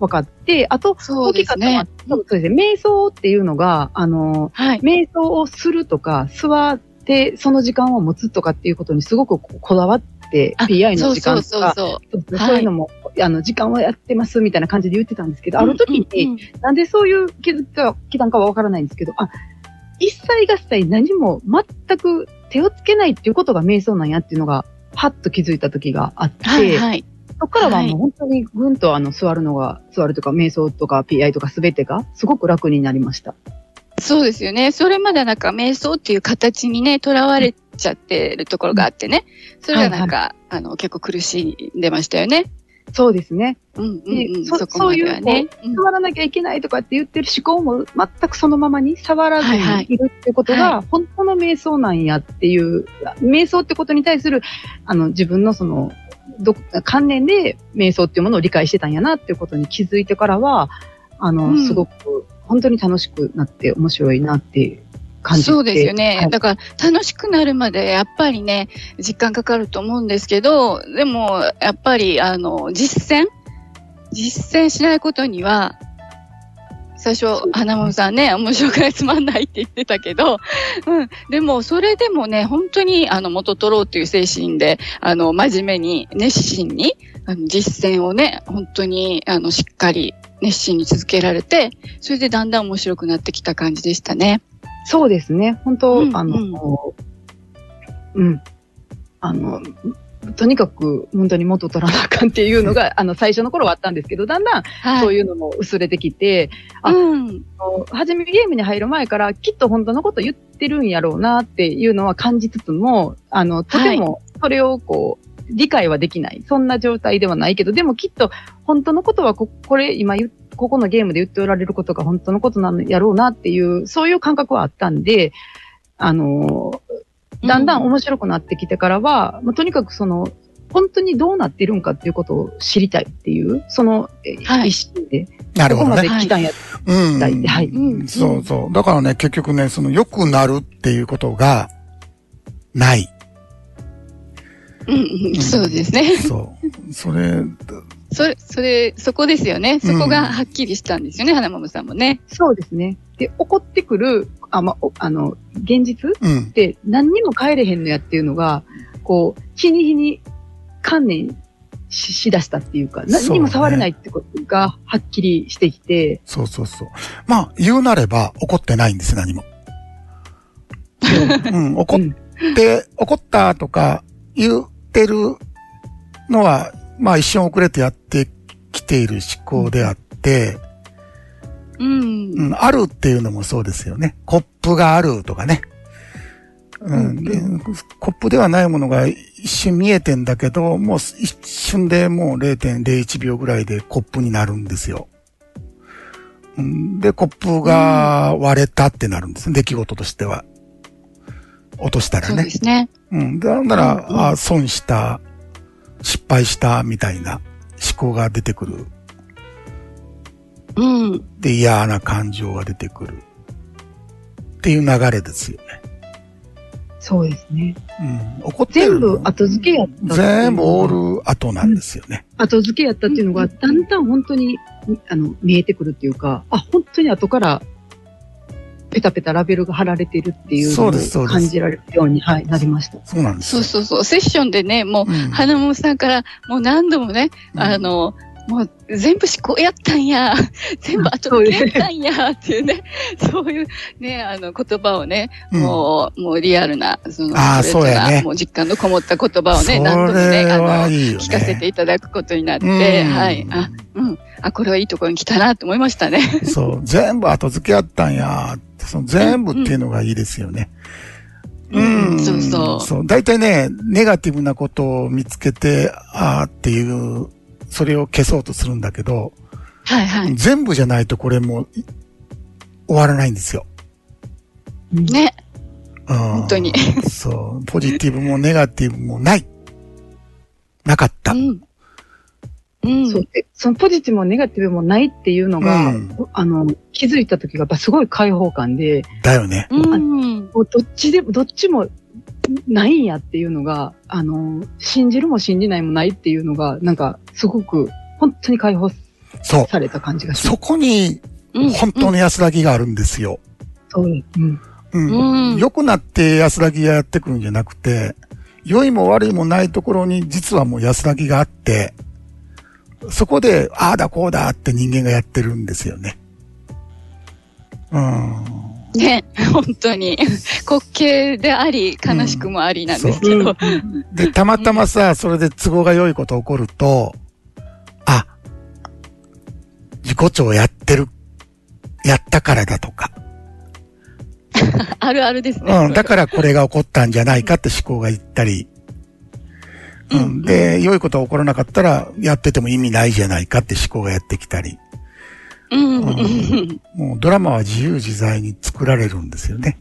Speaker 4: 分かって、あと、
Speaker 2: そうです
Speaker 4: 大
Speaker 2: ね
Speaker 4: き。かったのはそうですね、瞑想っていうのが、あの、
Speaker 2: はい。
Speaker 4: 瞑想をするとか、座ってその時間を持つとかっていうことにすごくこうこだわって、
Speaker 2: あ
Speaker 4: PI
Speaker 2: そ
Speaker 4: の
Speaker 2: う
Speaker 4: 時
Speaker 2: そ
Speaker 4: 間
Speaker 2: う
Speaker 4: と
Speaker 2: そう
Speaker 4: か、
Speaker 2: そう。
Speaker 4: そうですね
Speaker 2: はい
Speaker 4: そういうのも、あの、時間をやってますみたいな感じで言ってたんですけど、ある時に、
Speaker 2: うんうんうん
Speaker 4: なんでそういう気づきが来たんかはわからないんですけど、あ、一切合切何も全く手をつけないっていうことが瞑想なんやっていうのが、パッと気づいた時があって、
Speaker 2: はいはい。
Speaker 4: そこからは
Speaker 2: はい
Speaker 4: もう本当にぐんとあの座るのが、座るとか瞑想とか PI とかすべてがすごく楽になりました。
Speaker 2: そうですよね。それまではなんか瞑想っていう形にね、とらわれちゃってるところがあってね。それがなんか、あの、結構苦しんでましたよね。
Speaker 4: そうですね。
Speaker 2: うんうんうん。
Speaker 4: でそ
Speaker 2: そこまではね。うん
Speaker 4: 触らなきゃいけないとかって言ってる思考も全くそのままに触らず
Speaker 2: はいはい
Speaker 4: にいるってこと
Speaker 2: は
Speaker 4: が本当の瞑想なんやっていう、瞑想ってことに対するあの自分のそのど観念で瞑想っていうものを理解してたんやなっていうことに気づいてからは、あの、
Speaker 2: うん
Speaker 4: すごく本当に楽しくなって面白いなって感じて。
Speaker 2: そうですよね。
Speaker 4: はい
Speaker 2: だから、楽しくなるまで、やっぱりね、時間かかると思うんですけど、でも、やっぱり、あの、実践実践しないことには、最初、花桃さんね、面白くない、つまんないって言ってたけど、うん。でも、それでもね、本当に、あの、元取ろうという精神で、あの、真面目に、熱心に、あの、実践をね、本当に、あの、しっかり、熱心に続けられて、それでだんだん面白くなってきた感じでしたね。
Speaker 4: そうですね。本当、
Speaker 2: うん
Speaker 4: あの、うん。あの、とにかく本当に元取らなあかんっていうの が、あの、最初の頃はあったんですけど、だんだん
Speaker 2: はい。
Speaker 4: そういうのも薄れてきて、あ
Speaker 2: うん。
Speaker 4: あの初めゲームに入る前からきっと本当のこと言ってるんやろうなっていうのは感じつつも、あの、とてもそれをこう、理解はできない。そんな状態ではないけど、でもきっと本当のことはこ、これ今言っここのゲームで言っておられることが本当のことなんやろうなっていう、そういう感覚はあったんで、あのーだんだん面白くなってきてからは、まあとにかくその、本当にどうなっているんかっていうことを知りたいっていう、そのえ
Speaker 2: はい
Speaker 4: 一心で、
Speaker 1: なる
Speaker 4: こ
Speaker 1: ほど
Speaker 4: こま
Speaker 1: ね
Speaker 4: で。来たんや、
Speaker 1: うん
Speaker 4: たいはい
Speaker 1: うんそうそう。だからね、結局ね、その良くなるっていうことが、ない。
Speaker 2: うんうん、そうですね。
Speaker 1: そう。それ、
Speaker 2: それ、それ、そこですよね。そこがはっきりしたんですよね、花桃さんもね。
Speaker 4: そうですね。で、怒ってくる、あ、まあ、おあの、現実
Speaker 1: うん
Speaker 4: っ。て何にも帰れへんのやっていうのが、こう、日に日に観念ししだしたっていうか、何にも触れないってことがはっきりしてきて、
Speaker 1: そうそうそう。まあ、言うなれば、怒ってないんです、何 も。うん、怒って、怒ったとか言ってるのは、まあ一瞬遅れてやってきている思考であって、
Speaker 2: うん。
Speaker 1: うん、あるっていうのもそうですよね。コップがあるとかね。うん、でコップではないものが一瞬見えてんだけど、もう一瞬でもう0.01秒ぐらいでコップになるんですよ。うんで、コップが割れたってなるんです、出来事としては。落としたら
Speaker 2: そう
Speaker 1: ね
Speaker 2: で。すね。
Speaker 1: うん。だなら、
Speaker 2: うん
Speaker 1: あ損した、失敗した、みたいな思考が出てくる。
Speaker 2: うん。
Speaker 1: で、嫌な感情が出てくる。っていう流れですよね。
Speaker 4: そうですね。
Speaker 1: うん。怒ってる
Speaker 4: 全部
Speaker 1: の
Speaker 4: 後付けやったっていうのが
Speaker 1: 全部オール後なんですよね。
Speaker 4: 後付けやったっていうの
Speaker 2: う
Speaker 4: が、
Speaker 2: ん
Speaker 4: だんだん本当に、あの、見えてくるっていうか、あ、本当に後から、ペタペタラベルが貼られてるっていうの
Speaker 1: そう
Speaker 4: を
Speaker 1: ですそうです
Speaker 4: 感じられるように、はい、なりました。
Speaker 1: そうなんです
Speaker 2: そ
Speaker 1: よ
Speaker 2: う。そうそう。セッションでね、もう、
Speaker 1: うん
Speaker 2: 花桃さんからもう何度もね、
Speaker 1: うん
Speaker 2: あの、もう全部思考やったんや、全部後
Speaker 4: そう
Speaker 2: で
Speaker 4: で
Speaker 2: や
Speaker 4: す
Speaker 2: ったんや、っていうね、そういうね、あの言葉をね、
Speaker 1: うん
Speaker 2: もう、もうリアルな、その、
Speaker 1: あー
Speaker 2: ストレートな
Speaker 1: そうやね
Speaker 2: もう実感のこもった言葉を
Speaker 1: そ
Speaker 2: ね、何度もね、
Speaker 1: れ
Speaker 2: あの、
Speaker 1: はいいよね。
Speaker 2: 聞かせていただくことになって、
Speaker 1: うん
Speaker 2: はい。あ、うん。あ、これはいいところに来たなと思いましたね。
Speaker 1: そう、全部後付けあったんやーって、その全部っていうのがいいですよね。
Speaker 2: うんそうそう
Speaker 1: そう。大体ね、ネガティブなことを見つけて、あーっていう、それを消そうとするんだけど、
Speaker 2: はいはい。
Speaker 1: 全部じゃないとこれもい終わらないんですよ。
Speaker 4: ね、
Speaker 2: ね。
Speaker 1: うん、
Speaker 2: 本当に。
Speaker 1: そう。ポジティブもネガティブもない。なかった
Speaker 2: う。ん。うん。
Speaker 4: そうでそのポジティブもネガティブもないっていうのが、
Speaker 1: うん
Speaker 4: あの、気づいた時がやっぱすごい解放感で、
Speaker 1: だよね。
Speaker 2: うん。
Speaker 4: もうどっちでも、どっちもないんやっていうのが、あの、信じるも信じないもないっていうのが、なんか、すごく、本当に解放
Speaker 1: そう。
Speaker 4: された感じがします。
Speaker 1: そこに、
Speaker 2: うん
Speaker 1: 本当の安らぎがあるんですよ。
Speaker 4: そうです。うん。
Speaker 1: うん
Speaker 2: うん
Speaker 1: 良くなって安らぎがやってくるんじゃなくて、良いも悪いもないところに実はもう安らぎがあって、そこで、ああだこうだって人間がやってるんですよね。うん。
Speaker 2: ね。本当に。滑稽であり、悲しくもありなんですけど。
Speaker 1: で、たまたまさ、それで都合が良いこと起こると、あ、自己調やってる、やったからだとか、
Speaker 2: あるあるですね。
Speaker 1: うん、だからこれが起こったんじゃないかって思考がいったり、うん、で、良いことが起こらなかったら、やってても意味ないじゃないかって思考がやってきたり、
Speaker 2: うん。うん。
Speaker 1: もうドラマは自由自在に作られるんですよね。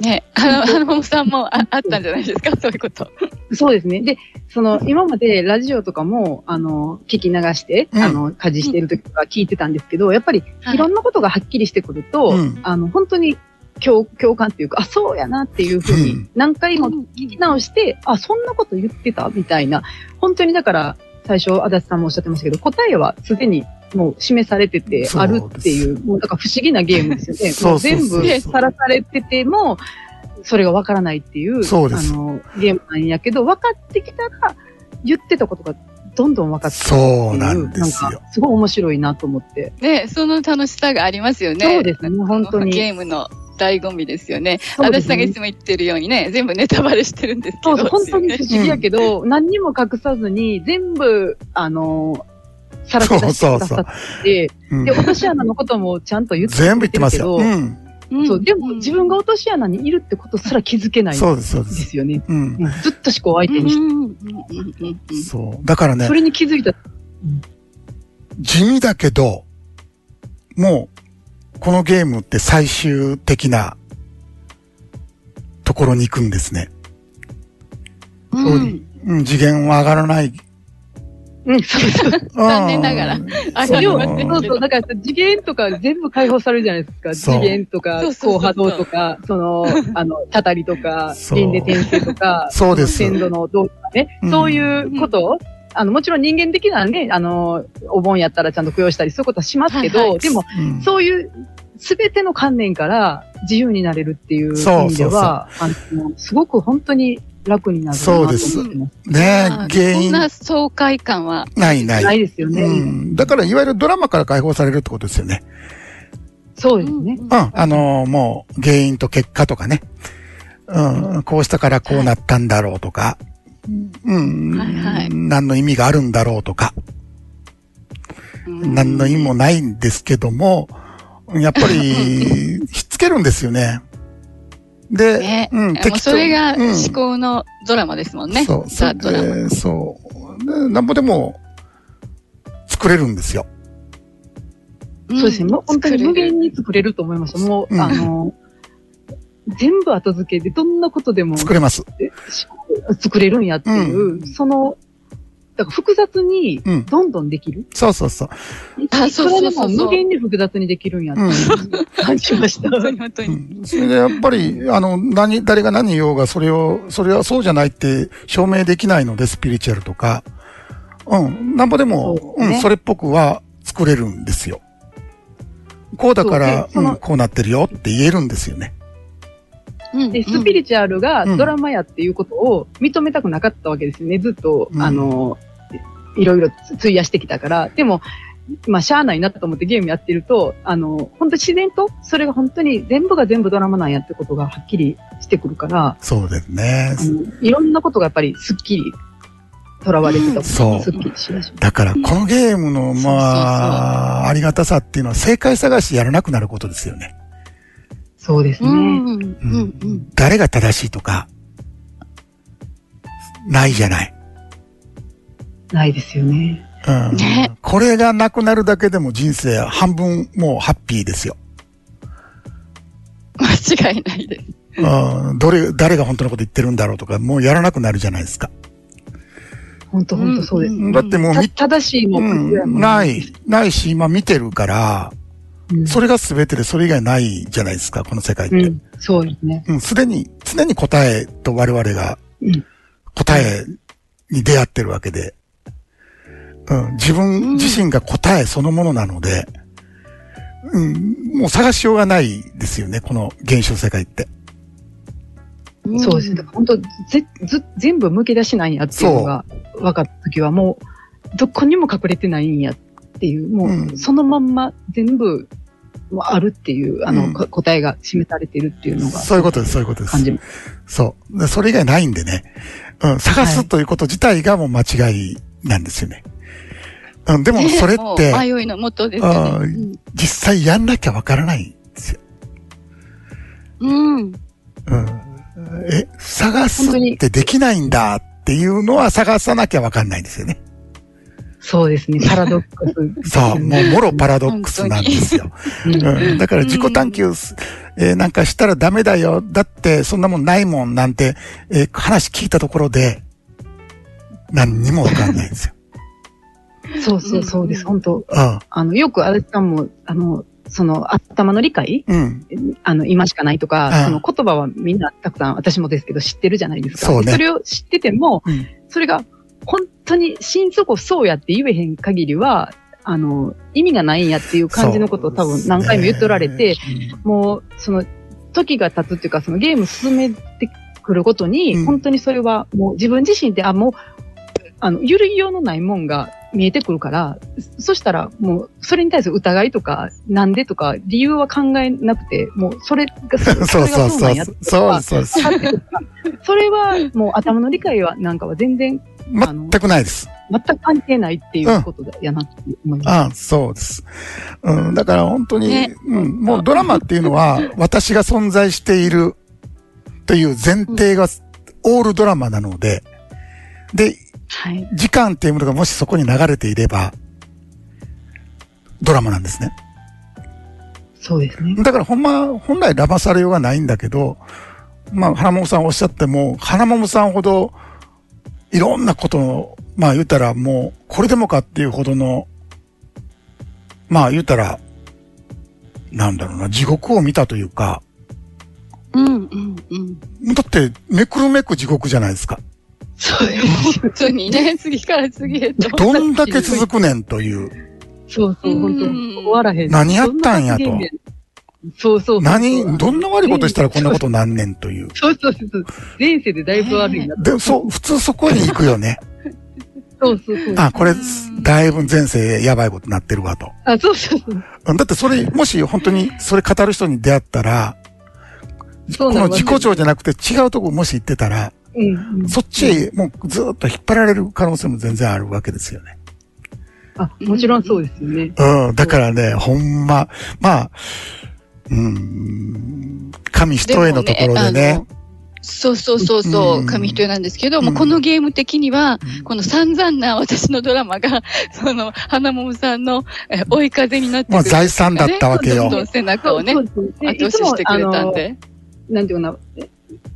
Speaker 2: ね。あの、花桃さんもああったんじゃないですかそういうこと。
Speaker 4: そうですね。で、その、今までラジオとかも、あの、聞き流して、
Speaker 1: うん
Speaker 4: あの、家事してる時とか聞いてたんですけど、やっぱり、
Speaker 2: はい
Speaker 4: いろんなことがはっきりしてくると、
Speaker 1: うん
Speaker 4: あの、本当に共共感っていうか、あ、そうやなっていうふう
Speaker 1: う
Speaker 4: に
Speaker 1: ん、
Speaker 4: 何回も聞き直して、あ、そんなこと言ってたみたいな、本当にだから、最初、足立さんもおっしゃってましたけど、答えはすでにもう示されてて、
Speaker 1: そう
Speaker 4: あるっていう、もうだから不思議なゲームですよね。
Speaker 1: そうそうそう
Speaker 4: も全部さらされてても、それがわからないっていう、
Speaker 1: そうです
Speaker 4: あの、ゲームなんやけど、分かってきたら、言ってたことがどんどん分かってくるっていう。
Speaker 1: そうなんですよ
Speaker 4: なん。かすごい面白いなと思って。
Speaker 2: ね。その楽しさがありますよね。
Speaker 4: そうですね、本当に。
Speaker 2: ゲームの醍醐味ですよね。
Speaker 4: そうで
Speaker 2: 私
Speaker 4: す
Speaker 2: さ
Speaker 4: ね
Speaker 2: んがいつも言ってるようにね、全部ネタバレしてるんですけど。
Speaker 4: そうそう、本当に不
Speaker 2: ですよね
Speaker 4: 思議やけど、何にも隠さずに、全部、あの、さらけ出してくださって、
Speaker 1: うん
Speaker 4: で、落とし穴のこともちゃんと言って
Speaker 1: 全部言ってますよ。う
Speaker 4: くれてる
Speaker 1: ん。
Speaker 4: けどそう、で
Speaker 2: う
Speaker 4: も
Speaker 2: ん
Speaker 4: 自分が落とし穴にいるってことすら気づけないんで
Speaker 1: そうです、そうです。
Speaker 4: すよね。
Speaker 1: うん。
Speaker 4: うんずっと思考を相手にして、
Speaker 2: うんうんうんうんうん
Speaker 1: そう。だからね
Speaker 4: そ、れに気づいた。
Speaker 1: 地味だけど、もう、このゲームって最終的なところに行くんですね。
Speaker 2: う
Speaker 1: そうい
Speaker 2: ん。
Speaker 1: うん、次元は上がらない。
Speaker 4: うん、そうそう。
Speaker 2: 残念ながら
Speaker 1: うん。
Speaker 2: あ
Speaker 1: そう
Speaker 4: そ
Speaker 2: れ
Speaker 4: れを
Speaker 2: は
Speaker 1: うん
Speaker 4: そうそう、だから次元とか全部解放されるじゃないですか。
Speaker 1: そう
Speaker 4: 次元とか
Speaker 2: そう、そうそう
Speaker 4: 高波動とか、その、あの、たたりとか、
Speaker 1: そう
Speaker 4: 輪廻転生とか、
Speaker 1: そう です
Speaker 4: 先祖の道具とかね、
Speaker 1: うん
Speaker 4: そういうことを、あの、もちろん人間的なんで、あの、お盆やったらちゃんと供養したり、そういうことはしますけど、
Speaker 2: はいはい
Speaker 4: でも、
Speaker 1: うん
Speaker 4: そういう、すべての観念から自由になれるっていう
Speaker 1: そ
Speaker 4: 意
Speaker 1: う
Speaker 4: 味
Speaker 1: そ
Speaker 4: で
Speaker 1: うそう
Speaker 4: は、あのすごく本当に楽になるなと思ってます。
Speaker 2: そうです
Speaker 1: ねえ、
Speaker 2: あ
Speaker 1: 原
Speaker 2: こん
Speaker 1: 因
Speaker 2: な爽快感は。
Speaker 1: ないな。
Speaker 4: ないいですよね。
Speaker 1: うん、だから、いわゆるドラマから解放されるってことですよね。
Speaker 4: そうですね。
Speaker 1: うん、あのーもう、原因と結果とかね。うん、こうしたからこうなったんだろうとか。うん、
Speaker 2: はいはい
Speaker 1: 何の意味があるんだろうとか。
Speaker 2: うん
Speaker 1: 何の意味もないんですけども、やっぱ り、ひっつけるんですよね。で、
Speaker 2: ね、
Speaker 1: うん、
Speaker 2: もうそれが
Speaker 1: うん
Speaker 2: 思考のドラマですもんね。
Speaker 1: そう、そ
Speaker 2: ザ・ドラマ。
Speaker 1: れで、そう。でなんぼでも、作れるんですよ。
Speaker 2: ん
Speaker 4: そうですね。もう本当に無限。に
Speaker 2: 作
Speaker 4: 作れると思いました。もう、
Speaker 1: うん
Speaker 4: あの、全部後付けでどんなことでも
Speaker 1: 作れます。
Speaker 4: 作れるんやっていう、
Speaker 2: うん
Speaker 4: その、だから複雑に
Speaker 1: うん
Speaker 4: どんどんできる。
Speaker 1: そうそうそう。
Speaker 2: あそうそうそうそう
Speaker 4: いくらでも無限に複雑にできるんやっていう感じ ました。
Speaker 2: れる本当に本
Speaker 1: う
Speaker 2: 当に。
Speaker 1: ん、それでやっぱり、あの、何、誰が何言おうが、それを、それはそうじゃないって証明できないので、スピリチュアルとか。うん、なんぼでも、
Speaker 4: そうです
Speaker 1: う
Speaker 4: ね
Speaker 1: ん、それっぽくは作れるんですよ。こうだから、
Speaker 4: そううでその
Speaker 1: ん、こうなってるよって言えるんですよね。
Speaker 2: うん
Speaker 4: で、スピ
Speaker 2: リ
Speaker 4: リチュアルがドラマやっていうことを認めたくなかったわけですよね。ずっと、
Speaker 1: うん
Speaker 4: あの、いろいろ費やしてきたから。でも、まあ、しゃあないなと思ってゲームやってると、あの、本当自然と、それが本当に全部が全部ドラマなんやってことがはっきりしてくるから、
Speaker 1: そうですね。
Speaker 4: あのいろんなことがやっぱりすっきり、囚われてたこと
Speaker 1: うん
Speaker 4: が
Speaker 1: そ
Speaker 4: す
Speaker 1: う
Speaker 4: っきりしだし
Speaker 1: だから、このゲームの、
Speaker 2: そうそうそう
Speaker 1: まあ、ありがたさっていうのは、正解探しやらなくなることですよね。
Speaker 4: そうです
Speaker 2: う
Speaker 4: ね。
Speaker 2: んうんうん。
Speaker 1: 誰が正しいとか、ないじゃない。
Speaker 4: ないですよね。
Speaker 1: うん
Speaker 2: ね
Speaker 1: これがなくなるだけでも人生半分もうハッピーですよ。
Speaker 2: 間違いないです。
Speaker 1: うん、どれ、誰が本当のこと言ってるんだろうとか、もうやらなくなるじゃないですか。
Speaker 4: 本当本当そうです。
Speaker 1: だってもう
Speaker 4: た
Speaker 1: み、
Speaker 4: 正しいもん、
Speaker 1: うん、ない、ないし、今見てるから、
Speaker 4: うん。
Speaker 1: それが全てでそれ以外ないじゃないですか、この世界って。
Speaker 4: うん、そうですね。
Speaker 1: うん、すでに、常に答えと我々が
Speaker 4: うん、
Speaker 1: 答えに出会ってるわけで、うん、自
Speaker 2: うん
Speaker 1: 分自身が答えそのものなので、うん、もう探しようがないですよね、この現象世界って。
Speaker 4: そうですね。だから本当ぜず、全部むき出しなんやっていうのが分かったときは、もう、どこにも隠れてないんやっていう、も
Speaker 1: うん
Speaker 4: う、そのまんま全部、もうあるっていう、あの、
Speaker 1: うん
Speaker 4: こ答えが示されてるっていうのが、
Speaker 1: そういうことです、そういうことで
Speaker 4: 感じ
Speaker 1: す。
Speaker 4: ます。
Speaker 1: そう。でそれ以外ないんでね、うん、探
Speaker 4: は
Speaker 1: す
Speaker 4: い
Speaker 1: ということ自体がもう間違いなんですよね。うん、でもそれっ
Speaker 2: もう
Speaker 1: て、
Speaker 2: 迷いのもとですよね。
Speaker 1: 実際やんなきゃわからないんですよ。
Speaker 2: うんうん。
Speaker 1: うんえ、探す
Speaker 4: 本当
Speaker 1: っ
Speaker 4: に
Speaker 1: てできないんだっていうのは探さなきゃわかんないんですよね。
Speaker 4: そうですね。パラドックス。
Speaker 1: そう、もうもろパラドックスなんですよ。
Speaker 4: うん
Speaker 1: うん、だから自己探求す、えーなんかしたらダメだよ。だってそんなもんないもんなんて、えー話聞いたところで、何にもわかんないんです よ。
Speaker 4: そうそうそうです。本当
Speaker 1: うん
Speaker 4: あの、よく足立さんも、あの、その、頭の理解
Speaker 1: うん。
Speaker 4: あの、今しかないとか、
Speaker 1: う
Speaker 4: そ
Speaker 1: ん
Speaker 4: の言葉はみんなたくさん、私もですけど知ってるじゃないですか。
Speaker 1: そうね
Speaker 4: でそれを知ってても、
Speaker 1: うん
Speaker 4: それが本当に心底そうやって言えへん限りは、あの、意味がないんやっていう感じのことを多分何回も言っておられて、
Speaker 1: そうですね、
Speaker 4: もう、その、時が経つっていうか、そのゲーム進めてくるごとに、
Speaker 1: うん
Speaker 4: 本当にそれはもう自分自身で、あ、もう、あの、揺るぎようのないもんが見えてくるから、そそしたらもう、それに対する疑いとか、なんでとか、理由は考えなくて、もう、それが、そ
Speaker 1: そう
Speaker 4: れ
Speaker 1: そう
Speaker 4: がそう
Speaker 1: そ
Speaker 4: なん
Speaker 1: う
Speaker 4: や
Speaker 1: そ
Speaker 4: と
Speaker 1: う。そう
Speaker 4: か、
Speaker 1: そうそう。
Speaker 4: それはもう頭の理解は、なんかは全然、あの
Speaker 1: 全くないです。
Speaker 4: 全く関係ないっていうことだ、やなって思います。
Speaker 1: ああそうです。うん、だから本当に、
Speaker 2: ね
Speaker 1: うん、もうドラマっていうのは、私が存在しているという前提が、オールドラマなので、で、
Speaker 2: はい。
Speaker 1: 時間っていうものがもしそこに流れていれば、ドラマなんですね。
Speaker 4: そうですね。
Speaker 1: だからほんま、本来騙されようがないんだけど、まあ、花桃さんおっしゃっても、花桃さんほど、いろんなことを、まあ言ったらもう、これでもかっていうほどの、まあ言ったら、なんだろうな、地獄を見たというか、
Speaker 2: うんうんうん。
Speaker 1: だって、めくるめく地獄じゃないですか。
Speaker 2: そうよ、本当にね、次から次へと。
Speaker 1: どんだけ続くねんという。
Speaker 4: そうそう、本当
Speaker 2: うん
Speaker 4: 終わらへん。
Speaker 1: 何やったんやと
Speaker 4: そな発言でそうそうそう。
Speaker 1: 何、どんな悪いことしたらこんなことなんねんという。
Speaker 4: そうそうそう。前世でだいぶ悪いな。
Speaker 1: で、そう、普通そこに行くよね。
Speaker 4: そうそうそう。
Speaker 1: あ、これ、だいぶ前世やばいことになってるわと。
Speaker 4: あ、そうそうそう。
Speaker 1: だってそれ、もし本当にそれ語る人に出会ったら、
Speaker 4: そ
Speaker 1: こ
Speaker 4: うな
Speaker 1: の
Speaker 4: んです
Speaker 1: 自
Speaker 4: よ
Speaker 1: 己情じゃなくて違うとこもし行ってたら、
Speaker 4: うんうん。
Speaker 1: そっちへもうずーっと引っ張られる可能性も全然あるわけですよね。
Speaker 4: あ、もちろんそうですよね。
Speaker 1: うん、だからね、ほんま、まあ、うん、神一重のところでね、
Speaker 2: あのそうそうそうそうう、
Speaker 1: ん
Speaker 2: 紙一重なんですけど、
Speaker 1: うん
Speaker 2: もうこのゲーム的には
Speaker 1: うん、
Speaker 2: この散々な私のドラマが、その、花桃さんのえ追い風になってく
Speaker 1: ま
Speaker 2: れ
Speaker 1: あ
Speaker 2: て
Speaker 1: 財産だったわけ
Speaker 2: ど
Speaker 1: よ
Speaker 2: ん。どん背中をね
Speaker 4: そ、うそうそうで
Speaker 2: 後
Speaker 4: い
Speaker 2: 押
Speaker 4: つ
Speaker 2: し
Speaker 4: も
Speaker 2: してくれたんで。
Speaker 4: なんていうかな、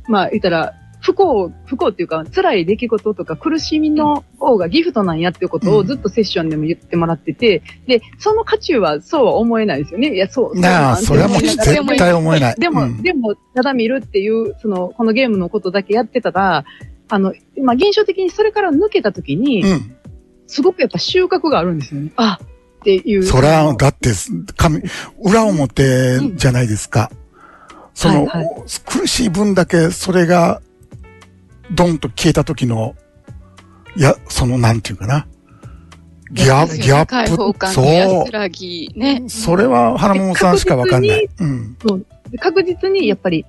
Speaker 4: まあ言ったら、不幸、不幸っていうか、辛い出来事とか苦しみの方がギフトなんやっていうこと
Speaker 1: う
Speaker 4: を
Speaker 1: ん
Speaker 4: ずっとセッションでも言ってもらってて、で、その渦中はそうは思えないですよね。いや、そう。
Speaker 1: なあ、そ
Speaker 4: そう
Speaker 1: れは
Speaker 4: なん
Speaker 1: もう
Speaker 4: て
Speaker 1: 絶
Speaker 4: でも
Speaker 1: 対思えない。
Speaker 4: でも、
Speaker 1: うん
Speaker 4: でも、ただ見るっていう、その、このゲームのことだけやってたら、あの、まあ、現象的にそれから抜けたときに、
Speaker 1: うん。
Speaker 4: すごくやっぱ収穫があるんですよね。あっていう。
Speaker 1: そら、だって、神、裏表じゃないですか。その、
Speaker 4: はい
Speaker 1: 苦しい分だけ、それが、ドンと消えた時の、いや、その、なんていうかな。ギャ
Speaker 2: そう
Speaker 1: ギャ
Speaker 2: 解
Speaker 1: ッ
Speaker 2: 放
Speaker 1: プ。
Speaker 2: 感の安
Speaker 1: そ
Speaker 2: らぎね
Speaker 1: う。。それは、花桃さんしかわかんない。うん。
Speaker 4: 確実にやっぱり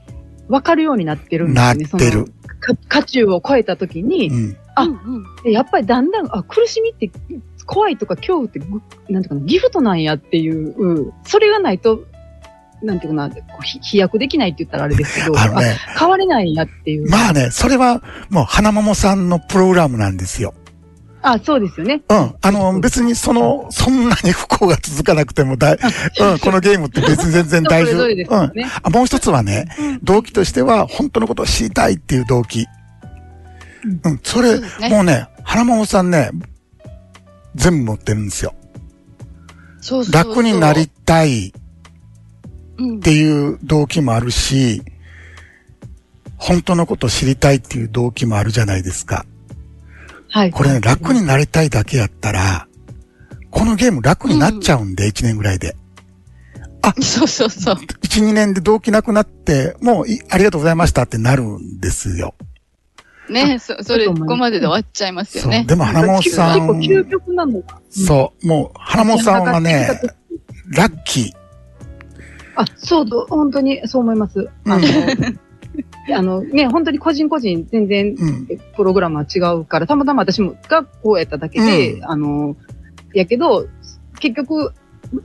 Speaker 4: 分かるようになってるんです
Speaker 1: な
Speaker 4: よ
Speaker 1: っ
Speaker 4: ね。
Speaker 1: てる。
Speaker 4: その。か渦中を超えたときに
Speaker 1: う、ん。
Speaker 4: あ
Speaker 2: うんうん
Speaker 4: でやっぱりだんだん、あ、苦しみって、怖いとか恐怖ってぐ、なんていうかな、ギフトなんやっていう、うんそれがないと、なんていうかな、こうひ飛躍できないって言ったらあれですけど、
Speaker 1: あのね、
Speaker 4: あ変われないんやっていう。
Speaker 1: まあね、それは、もう、花桃さんのプログラムなんですよ。
Speaker 4: あ、そうですよね。
Speaker 1: うん。あの、別に、その、そんなに不幸が続かなくても、だい、 うん、このゲームって別に全然大丈夫。
Speaker 4: それぞれです
Speaker 1: うん
Speaker 4: よ。ね。
Speaker 1: あもう一つはね、動機としては、本当のことを知りたいっていう動機。うん、それ、
Speaker 2: そうですね
Speaker 1: もうね、原桃さんね、全部持ってるんですよ。
Speaker 2: そうそうそう
Speaker 1: 楽になり、たいっ
Speaker 2: うん
Speaker 1: ていう動機もあるし、本当のことを知りたいっていう動機もあるじゃないですか。
Speaker 4: はい。
Speaker 1: これね、楽になりたいだけやったら、このゲーム楽になっちゃうんで、1年ぐらいで。
Speaker 2: そうそうそう。
Speaker 1: 1、2年で動機なくなって、もうい、ありがとうございましたってなるんですよ。
Speaker 2: ね、そ、それ、ここまでで終わっちゃいますよ
Speaker 1: そ
Speaker 2: ね
Speaker 1: う。。でも、花桃さん。
Speaker 4: 結構究極なのが。
Speaker 1: そう。もう、花本さんはね、ラッキ
Speaker 4: あ、そう、ど本当にそう思います。あの、あのね、本当に個人個人全然
Speaker 1: ー。うん。
Speaker 4: プログラムは違うから、たまたま私もがこうやっただけで、
Speaker 1: うん
Speaker 4: あの、やけど、結局、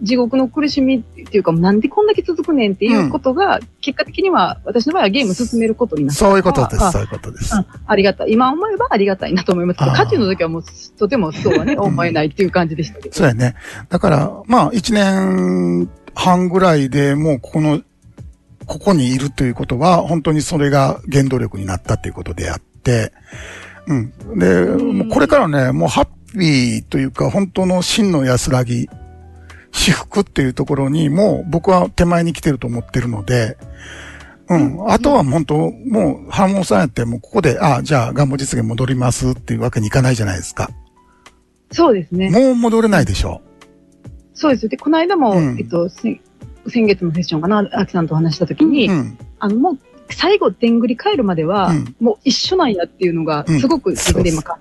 Speaker 4: 地獄の苦しみっていうか、なんでこんだけ続くねんっていうことが、結果的には、私の場合はゲーム進めることになった。
Speaker 1: そういうことです。
Speaker 4: あ
Speaker 1: そういうことです。
Speaker 4: あありがたい。今思えばありがたいなと思いますけど、
Speaker 1: あー
Speaker 4: 渦中の時はもう、とてもそうはね、思えないっていう感じでしたけど。
Speaker 1: そうやね。だから、まあ、一年半ぐらいでもう、ここの、ここにいるということは、本当にそれが原動力になったということであって、うん。で、
Speaker 2: ん
Speaker 1: もうこれからね、もうハッピーというか、本当の真の安らぎ、至福っていうところに、もう僕は手前に来てると思ってるので、うん。あとは本当、もう、反応さんやって、もうここで、あ、じゃあ、願望実現戻りますっていうわけにいかないじゃないですか。
Speaker 4: そうですね。
Speaker 1: もう戻れないでしょ
Speaker 4: そうです。で、この間も、
Speaker 1: うん
Speaker 4: えっと、先先月のセッションかな、アキさんとお話しした時
Speaker 1: う。
Speaker 4: に、
Speaker 1: うん。
Speaker 4: あの、もう、最後、でんぐり返るまでは、
Speaker 1: うん
Speaker 4: もう一緒なんやっていうのが、
Speaker 1: うん
Speaker 4: すごく自分で今感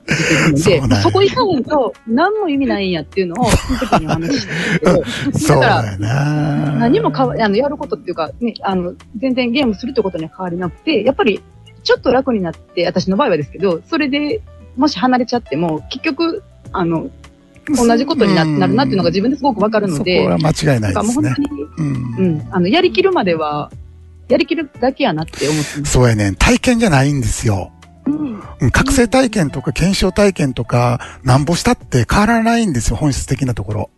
Speaker 4: じて
Speaker 1: そうそう
Speaker 4: るので、もう
Speaker 1: なんや
Speaker 4: そこ行かないと、何も意味ないんやっていうのを、その時にお話しして
Speaker 1: う
Speaker 4: た
Speaker 1: ん
Speaker 4: けど、
Speaker 1: そう
Speaker 4: だから
Speaker 1: だよな。
Speaker 4: 何もかわあの、やることっていうか、ね、あの、全然ゲームするってことには変わりなくて、やっぱり、ちょっと楽になって、私の場合はですけど、それで、もし離れちゃっても、結局、あの、同じことにな,、
Speaker 1: うん
Speaker 4: なるなっていうのが自分ですごくわかるの
Speaker 1: そこ
Speaker 4: で、
Speaker 1: は間違いな
Speaker 4: ないん
Speaker 1: で
Speaker 4: かもう
Speaker 1: す
Speaker 4: 本
Speaker 1: ね
Speaker 4: 当。に、
Speaker 1: う。
Speaker 4: うんん、あの、やりきるまでは、やりきるだけやなって思ってます。
Speaker 1: そうやねん。体験じゃないんですよ。
Speaker 2: うん。
Speaker 1: うん覚醒体験とか検証体験とか、なんぼしたって変わらないんですよ、本質的なところ。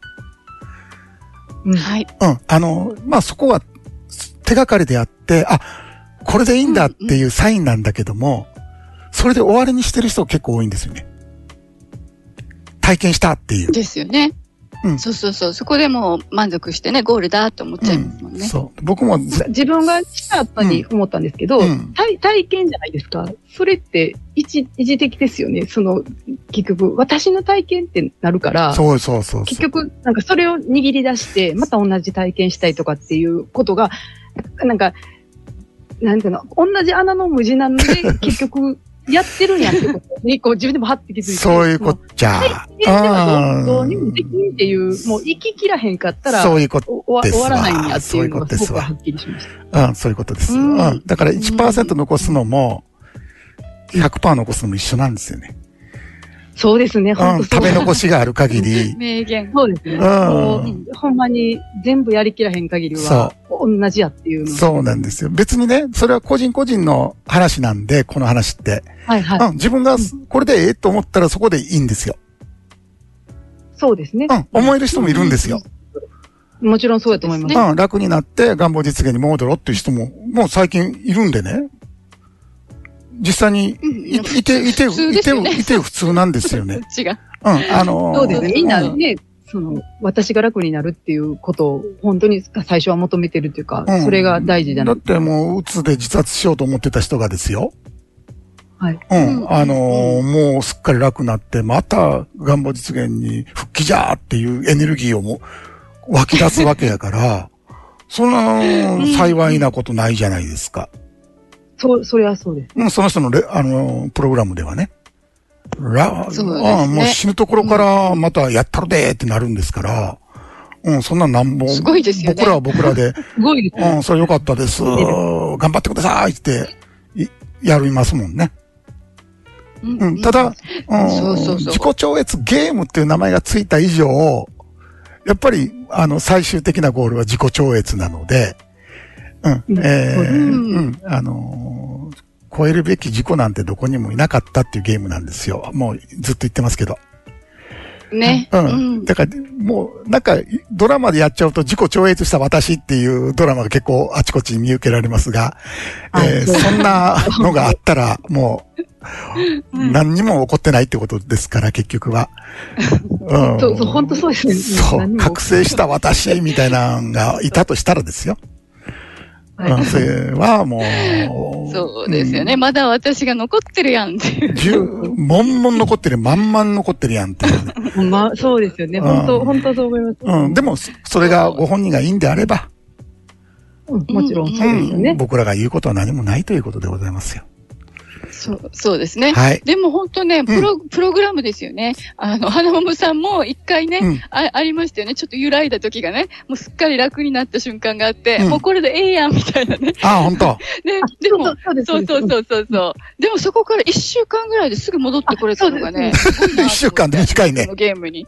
Speaker 4: うん。
Speaker 2: はい。
Speaker 1: うん。あの、まあ、そこは手がかりであって、あ、これでいいんだっていうサインなんだけども、それで終わりにしてる人結構多いんですよね。体験したっていう。
Speaker 2: ですよね。
Speaker 1: うん
Speaker 2: そうそうそう。そこでもう満足してね、ゴールだと思っちゃいますもん
Speaker 1: うん、
Speaker 2: ね。
Speaker 1: そう。僕もぜ、
Speaker 4: 自分がした後に思ったんですけど、
Speaker 1: うん。
Speaker 4: 体体験じゃないですか。それって一一時的ですよね。その、結局、私の体験ってなるから、
Speaker 1: そうそうそうそう。
Speaker 4: 結局、なんかそれを握り出して、また同じ体験したいとかっていうことが、なんか、なんていうの、同じ穴の無地な ので、結局、やってるんやってことに、こう自分でもはって気づいて。
Speaker 1: そういうこ
Speaker 4: も
Speaker 1: っちゃ。
Speaker 4: う。えで
Speaker 1: う
Speaker 4: は
Speaker 1: ん
Speaker 4: どうどうにもできんっていう、もう生ききらへんかったら、
Speaker 1: そういうこと、
Speaker 4: お終わ終わらないんやっていうの
Speaker 1: で
Speaker 4: が
Speaker 1: すわ
Speaker 4: すごくはっきりしました。
Speaker 1: うん、そういうことです。う。
Speaker 2: うんん
Speaker 1: だから1%
Speaker 2: うん
Speaker 1: 残すのも、100%残すのも一緒なんですよね。
Speaker 4: そうですね、
Speaker 1: う
Speaker 4: 本
Speaker 1: ん、
Speaker 4: 当
Speaker 1: 食べ残しがある限り、
Speaker 2: 名言。
Speaker 4: そうですね。も
Speaker 1: う。
Speaker 4: うんほんまに全部やりきらへん限りは、同じやっていうの。
Speaker 1: そうなんですよ。別にね、それは個人個人の話なんで、この話って。
Speaker 4: はいはい。
Speaker 1: うん、自分がこれでええと思ったらそこでいいんですよ。
Speaker 4: そうですね
Speaker 1: う。ん、思える人もいるんですよ。
Speaker 4: もちろんそうやと思います。
Speaker 1: うん、楽になって願望実現に戻ろうっていう人も、もう最近いるんでね。実際に、
Speaker 2: うん
Speaker 1: いいて、いて、
Speaker 2: 普通で
Speaker 1: い
Speaker 2: す
Speaker 1: て、
Speaker 2: よね
Speaker 1: いて普通なんですよね。
Speaker 2: 違う。
Speaker 1: うん、あのー
Speaker 4: そうですね。みんな
Speaker 1: う
Speaker 4: ね、その、私が楽になるっていうことを、本当に最初は求めてるというか、
Speaker 1: うん
Speaker 4: それが大事じゃな
Speaker 1: だ
Speaker 4: い
Speaker 1: っ。てもう、うつで自殺しようと思ってた人がですよ。
Speaker 4: はい。
Speaker 1: うん。
Speaker 2: うん
Speaker 1: あのーもうすっかり楽になって、また願望実現に復帰じゃーっていうエネルギーをもう湧き出すわけやから、そんな、幸いなことないじゃないですか。
Speaker 4: そう、それはそうです。
Speaker 1: うん、その人のレ、あのープログラムではね。ら、
Speaker 2: そうですね
Speaker 1: ああもう死ぬところからまたやったるでーってなるんですから、うん、そんななんぼ、
Speaker 2: すごいですよね
Speaker 1: 僕らは僕ら で、
Speaker 4: すごいで
Speaker 1: う
Speaker 4: すね。
Speaker 1: ん、それ良かったです。頑張ってくださいって、いやりますもんね。
Speaker 2: うん
Speaker 1: うん、ただ、、うん、
Speaker 2: そうそうそう
Speaker 1: 自己超越ゲームっていう名前がついた以上、やっぱり、あの、最終的なゴールは自己超越なので、うん、
Speaker 4: うん
Speaker 1: えー
Speaker 2: うん
Speaker 1: うん、あのー超えるべき自己なんてどこにもいなかったっていうゲームなんですよ。もうずっと言ってますけど。
Speaker 2: ね。
Speaker 1: う。
Speaker 2: うんん。
Speaker 1: だから、もう、なんか、ドラマでやっちゃうと、自己超越した私っていうドラマが結構あちこちに見受けられますが、
Speaker 4: はい
Speaker 1: えー
Speaker 4: そう
Speaker 1: そんなのがあったら、も う、
Speaker 2: うん
Speaker 1: 何にも起こってないってことですから、結局は。うん
Speaker 4: そう、そう、本当そうですね。
Speaker 1: そ
Speaker 4: 何
Speaker 1: う、
Speaker 4: も
Speaker 1: 覚醒した私みたいなのがいたとしたらですよ。
Speaker 4: はい
Speaker 1: うん、それはもう、
Speaker 2: そうですよね。まだ私が残ってるやんっていう。
Speaker 1: 十、もんもん残ってる、まんまん残ってるやんっていうね、
Speaker 4: ほんまあ、そうですよね。
Speaker 1: うん
Speaker 4: 本当、本当そう思います。
Speaker 1: うん、でも、そそれがご本人がいいんであれば、
Speaker 4: うんもちろんそうですよ
Speaker 1: う
Speaker 4: ね
Speaker 1: ん。僕らが言うことは何もないということでございますよ。
Speaker 2: そう、そうですね。
Speaker 1: はい。
Speaker 2: でも本当ね、プロ、プログラムですよね。あの、花桃さんも一回ね、
Speaker 1: うん
Speaker 2: あ、ありましたよね。ちょっと揺らいだ時がね、もうすっかり楽になった瞬間があって、
Speaker 1: うん
Speaker 2: もうこれでええやんみたいなね。
Speaker 1: ああ、本当。
Speaker 2: ね
Speaker 4: あ、
Speaker 2: でも、
Speaker 4: そうです
Speaker 2: そうそうそうそうそう。でもそこから一週間ぐらいですぐ戻ってこれたのがね
Speaker 4: あ、
Speaker 1: 一週間で短い
Speaker 2: こ
Speaker 1: ね。
Speaker 2: のゲームに。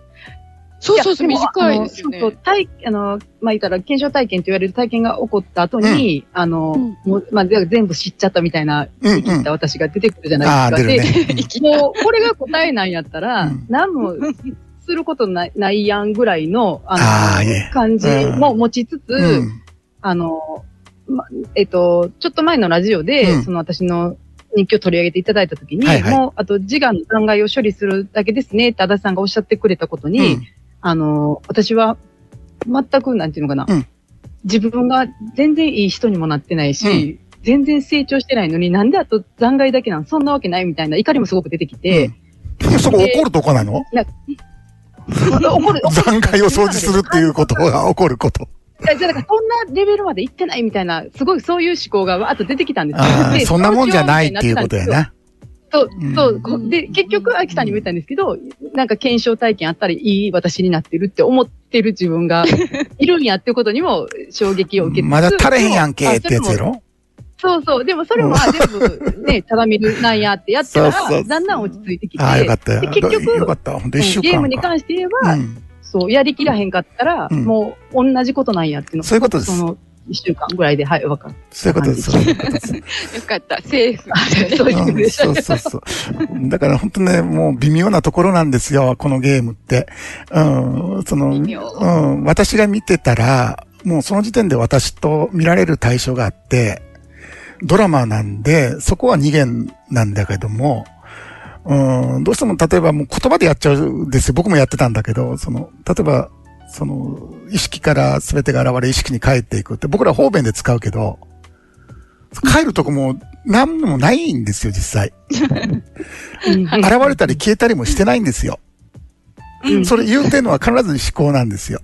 Speaker 2: そうそうそう、
Speaker 4: やも
Speaker 2: 短いですよね
Speaker 4: あの。そうそう体あの、まあ、言ったら、検証体験と言われる体験が起こった後に、あの、
Speaker 2: うん
Speaker 4: もう、まあ、全部知っちゃったみたいな、
Speaker 1: うん
Speaker 4: 言 った私が出てくるじゃ
Speaker 1: ああ、
Speaker 4: ない
Speaker 1: 出る
Speaker 4: ですか。
Speaker 1: ね。
Speaker 2: 生き
Speaker 4: で、もう、これが答えなんやったら、
Speaker 1: うん
Speaker 4: 何もすることないないやんぐらいの、あの、
Speaker 1: ああいえ
Speaker 4: 感じも持ちつつ、
Speaker 1: うんうん。
Speaker 4: あの、ま、えっと、ちょっと前のラジオで、
Speaker 1: うん
Speaker 4: その私の日記を取り上げていただいたときに、
Speaker 1: はいはい
Speaker 4: もう、あと、自我の残骸を処理するだけですね、って足立さんがおっしゃってくれたこと
Speaker 1: う
Speaker 4: に、
Speaker 1: ん。
Speaker 4: あの、私は、全く、なんていうのかな、
Speaker 1: うん
Speaker 4: 自分が全然いい人にもなってないし、全然成長してないのに、なんであと残骸だけなんそんなわけないみたいな怒りもすごく出てきて、
Speaker 1: うんそこ怒るとこなの
Speaker 4: 怒る、怒る
Speaker 1: 残骸を掃除するっていうことが起こること。
Speaker 4: いやじゃあなんかそんなレベルまで行ってないみたいな、すごいそういう思考がわーっと出てきたんですよ
Speaker 1: ああ
Speaker 4: で
Speaker 1: そんなもんじゃないっていうことやな。
Speaker 4: そう
Speaker 1: うん、
Speaker 4: そうこ。で、結局、秋さんにも言ったんですけど、なんか検証体験あったり、いい私になってるって思ってる自分 がいるんやっていうことにも衝撃を受けて
Speaker 1: まだ足れへんやんけってやつやろ
Speaker 4: そうそう。でもそれも、あ、全部ね、ただ見るなんやってやった
Speaker 1: そうそうそ
Speaker 4: ら、
Speaker 1: う
Speaker 4: だんだん落ち着いてきて。
Speaker 1: ああ、よかったよ。
Speaker 4: で結局
Speaker 1: よかった。ほんと一週間か。
Speaker 4: ゲームに関して言えば、
Speaker 1: うん
Speaker 4: そう、やりきらへんかったら、
Speaker 1: うん
Speaker 4: もう同じことなんやっていうの
Speaker 1: そういうことです
Speaker 4: その1週間ぐらいで、はい、わかる。
Speaker 1: そういうことです。そういうことです。
Speaker 2: よかった。セーフ。
Speaker 4: そういうこと
Speaker 1: うん、
Speaker 4: です。
Speaker 1: そうそうそう。だから本当ね、もう微妙なところなんですよ、このゲームって。うん、その、
Speaker 2: 微妙
Speaker 1: うん、私が見てたら、もうその時点で私と見られる対象があって、ドラマなんで、そこは二元なんだけども、うん、どうしても例えばもう言葉でやっちゃうんですよ。僕もやってたんだけど、その、例えば、その、意識から全てが現れ意識に帰っていくって、僕ら方便で使うけど、帰るとこも何もないんですよ、実際。
Speaker 4: うん
Speaker 1: 現れたり消えたりもしてないんですよ。
Speaker 4: うん
Speaker 1: それ言うてんのは必ず思考なんですよ。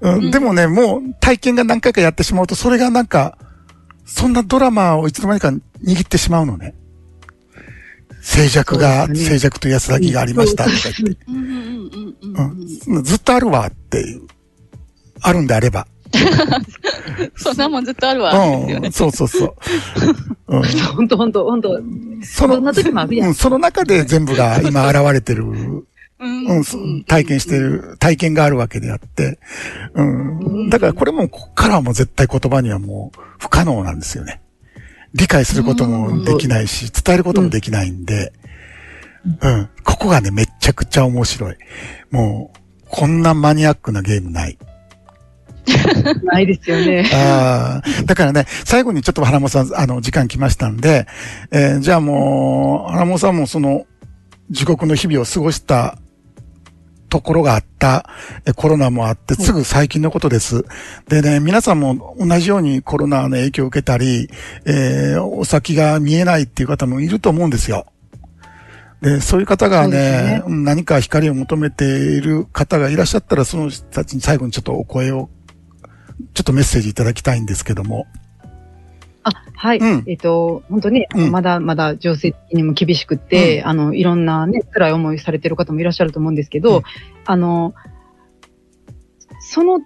Speaker 1: う
Speaker 2: うん
Speaker 1: ん、でもね、もう体験が何回かやってしまうと、それがなんか、そんなドラマをいつの間にか握ってしまうのね。静寂が、
Speaker 4: そうですね
Speaker 1: 静寂と安らぎがありましたとか言って。
Speaker 2: うんうんうんうんう
Speaker 1: うん
Speaker 2: うん。
Speaker 1: ん、ずっとあるわっていう。あるんであれば。
Speaker 2: そんなもんずっとあるわ。ですよ
Speaker 1: う
Speaker 2: ね
Speaker 1: ん、そうそうそう。 うん、
Speaker 4: ほんとほんとほんと。
Speaker 1: そ
Speaker 4: そんな時もあるやん
Speaker 1: うん、その中で全部が今現れてる
Speaker 2: うん
Speaker 1: うん、そ体験してる、体験があるわけであって、うん。だからこれも、こっからはもう絶対言葉にはもう不可能なんですよね。理解することもできないし、伝えることもできないんで、うん。ここがね、めっちゃくちゃ面白い。もう、こんなマニアックなゲームない。
Speaker 4: ないですよね。
Speaker 1: ああ。だからね、最後にちょっと花本さん、あの、時間来ましたんで、えーじゃあもう、花本さんもその、地獄の日々を過ごしたところがあった、えコロナもあって、すぐ最近のことです。でね、皆さんも同じようにコロナの影響を受けたり、えーお先が見えないっていう方もいると思うんですよ。で、そういう方が
Speaker 4: そうです
Speaker 1: ね
Speaker 4: ね、
Speaker 1: うん何か光を求めている方がいらっしゃったら、その人たちに最後にちょっとお声をちょっとメッセージいただきたいんですけども。
Speaker 4: あ、はい。
Speaker 1: うん
Speaker 4: えっと、本当に、
Speaker 1: うん
Speaker 4: まだまだ情勢的にも厳しくって、あの、いろんなね、辛い思いされてる方もいらっしゃると思うんですけど、
Speaker 1: うん
Speaker 4: あの、その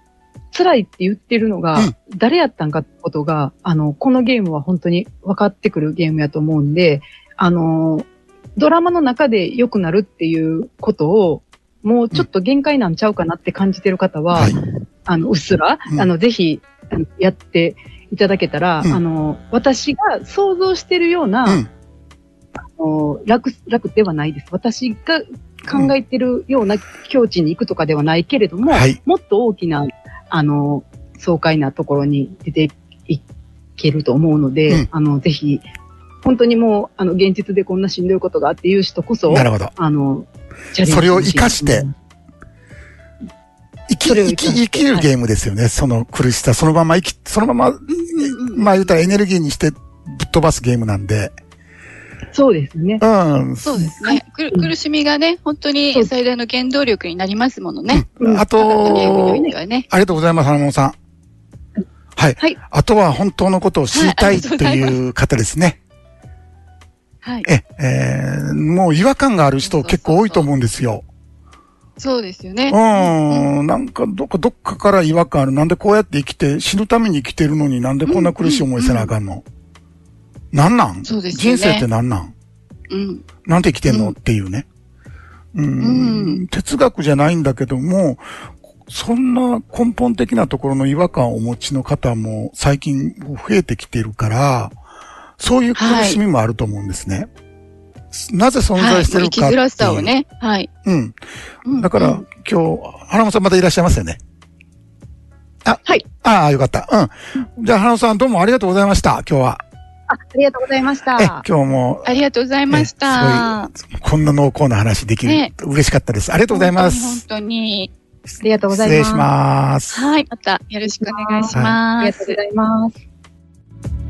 Speaker 4: 辛いって言ってるのが、
Speaker 1: うん
Speaker 4: 誰やったんかってことが、あの、このゲームは本当に分かってくるゲームやと思うんで、あの、ドラマの中で良くなるっていうことを、もうちょっと限界なんちゃうかなって感じてる方は、
Speaker 1: はい。
Speaker 4: あの、うっすら、
Speaker 1: うん
Speaker 4: あの、ぜひ、あのやっていただけたら、
Speaker 1: うん
Speaker 4: あの、私が想像してるような、
Speaker 1: うん。
Speaker 4: あの楽、楽ではないです。私が考えてるような境地に行くとかではないけれども、
Speaker 1: はい。
Speaker 4: もっと大きな、あの、爽快なところに出ていけると思うので、
Speaker 1: うん
Speaker 4: あの、ぜひ、本当にもう、あの、現実でこんなしんどいことがあっていう人こそ、
Speaker 1: なるほど。
Speaker 4: あの、
Speaker 1: それを活かして
Speaker 4: うん
Speaker 1: 生き、
Speaker 4: それを
Speaker 1: 生
Speaker 4: 生
Speaker 1: き、
Speaker 4: かして
Speaker 1: 生きるゲームですよね。その苦しさ、そのまま生き、そのまま、まあ言うたらエネルギーにしてぶっ飛ばすゲームなんで。
Speaker 4: そうですね。
Speaker 1: うん。
Speaker 2: そうですね。くる苦しみがね、本当に最大の原動力になりますものね。
Speaker 1: うんあ
Speaker 2: ゲームに
Speaker 1: と
Speaker 2: おい、てはね。
Speaker 1: ありがとうございます、花本さん。はい。
Speaker 4: はい
Speaker 1: あとは本当のことを知りたいっていう方ですね。
Speaker 2: はい。
Speaker 1: え、えーもう違和感がある人結構多いと思うんですよ。
Speaker 2: そうですよね。
Speaker 1: うん、なんかどっかどっかから違和感ある。なんでこうやって生きて、死ぬために生きてるのになんでこんな苦しい思いせなあかんの、なんなん
Speaker 2: そうですよ
Speaker 1: 人
Speaker 2: ね
Speaker 1: 生ってなんなん
Speaker 2: うん。
Speaker 1: なんで生きてんの、
Speaker 2: うん
Speaker 1: っていうね。うん、
Speaker 2: うん
Speaker 1: 哲学じゃないんだけども、そんな根本的なところの違和感をお持ちの方も最近増えてきてるから、そういう苦しみもあると思うんですね。なぜ存
Speaker 2: はい。
Speaker 1: 在して
Speaker 2: 生
Speaker 1: る
Speaker 2: き
Speaker 1: かって
Speaker 2: づ
Speaker 1: いう。
Speaker 2: らさをね。はい。
Speaker 1: うん。
Speaker 2: うん
Speaker 1: だから、
Speaker 2: うん
Speaker 1: 今日、花本さんまたいらっしゃいますよね。あ、
Speaker 4: はい。
Speaker 1: ああ、よかった。うん。じゃあ、花本さんどうもありがとうございました、今日は。
Speaker 4: あありがとうございました。
Speaker 1: え、今日も、
Speaker 2: ありがとうございました。
Speaker 1: こんな濃厚な話できる、
Speaker 2: ね
Speaker 1: 嬉しかったです。ありがとうございます。
Speaker 2: 本当に。
Speaker 4: ありがとうござ
Speaker 1: 失
Speaker 4: い
Speaker 1: 礼
Speaker 4: ま
Speaker 1: し
Speaker 4: す。
Speaker 1: ます。
Speaker 2: はい。またよろしくお願いし
Speaker 4: あり
Speaker 2: ま
Speaker 4: がとう
Speaker 2: す
Speaker 4: ご。ざいます。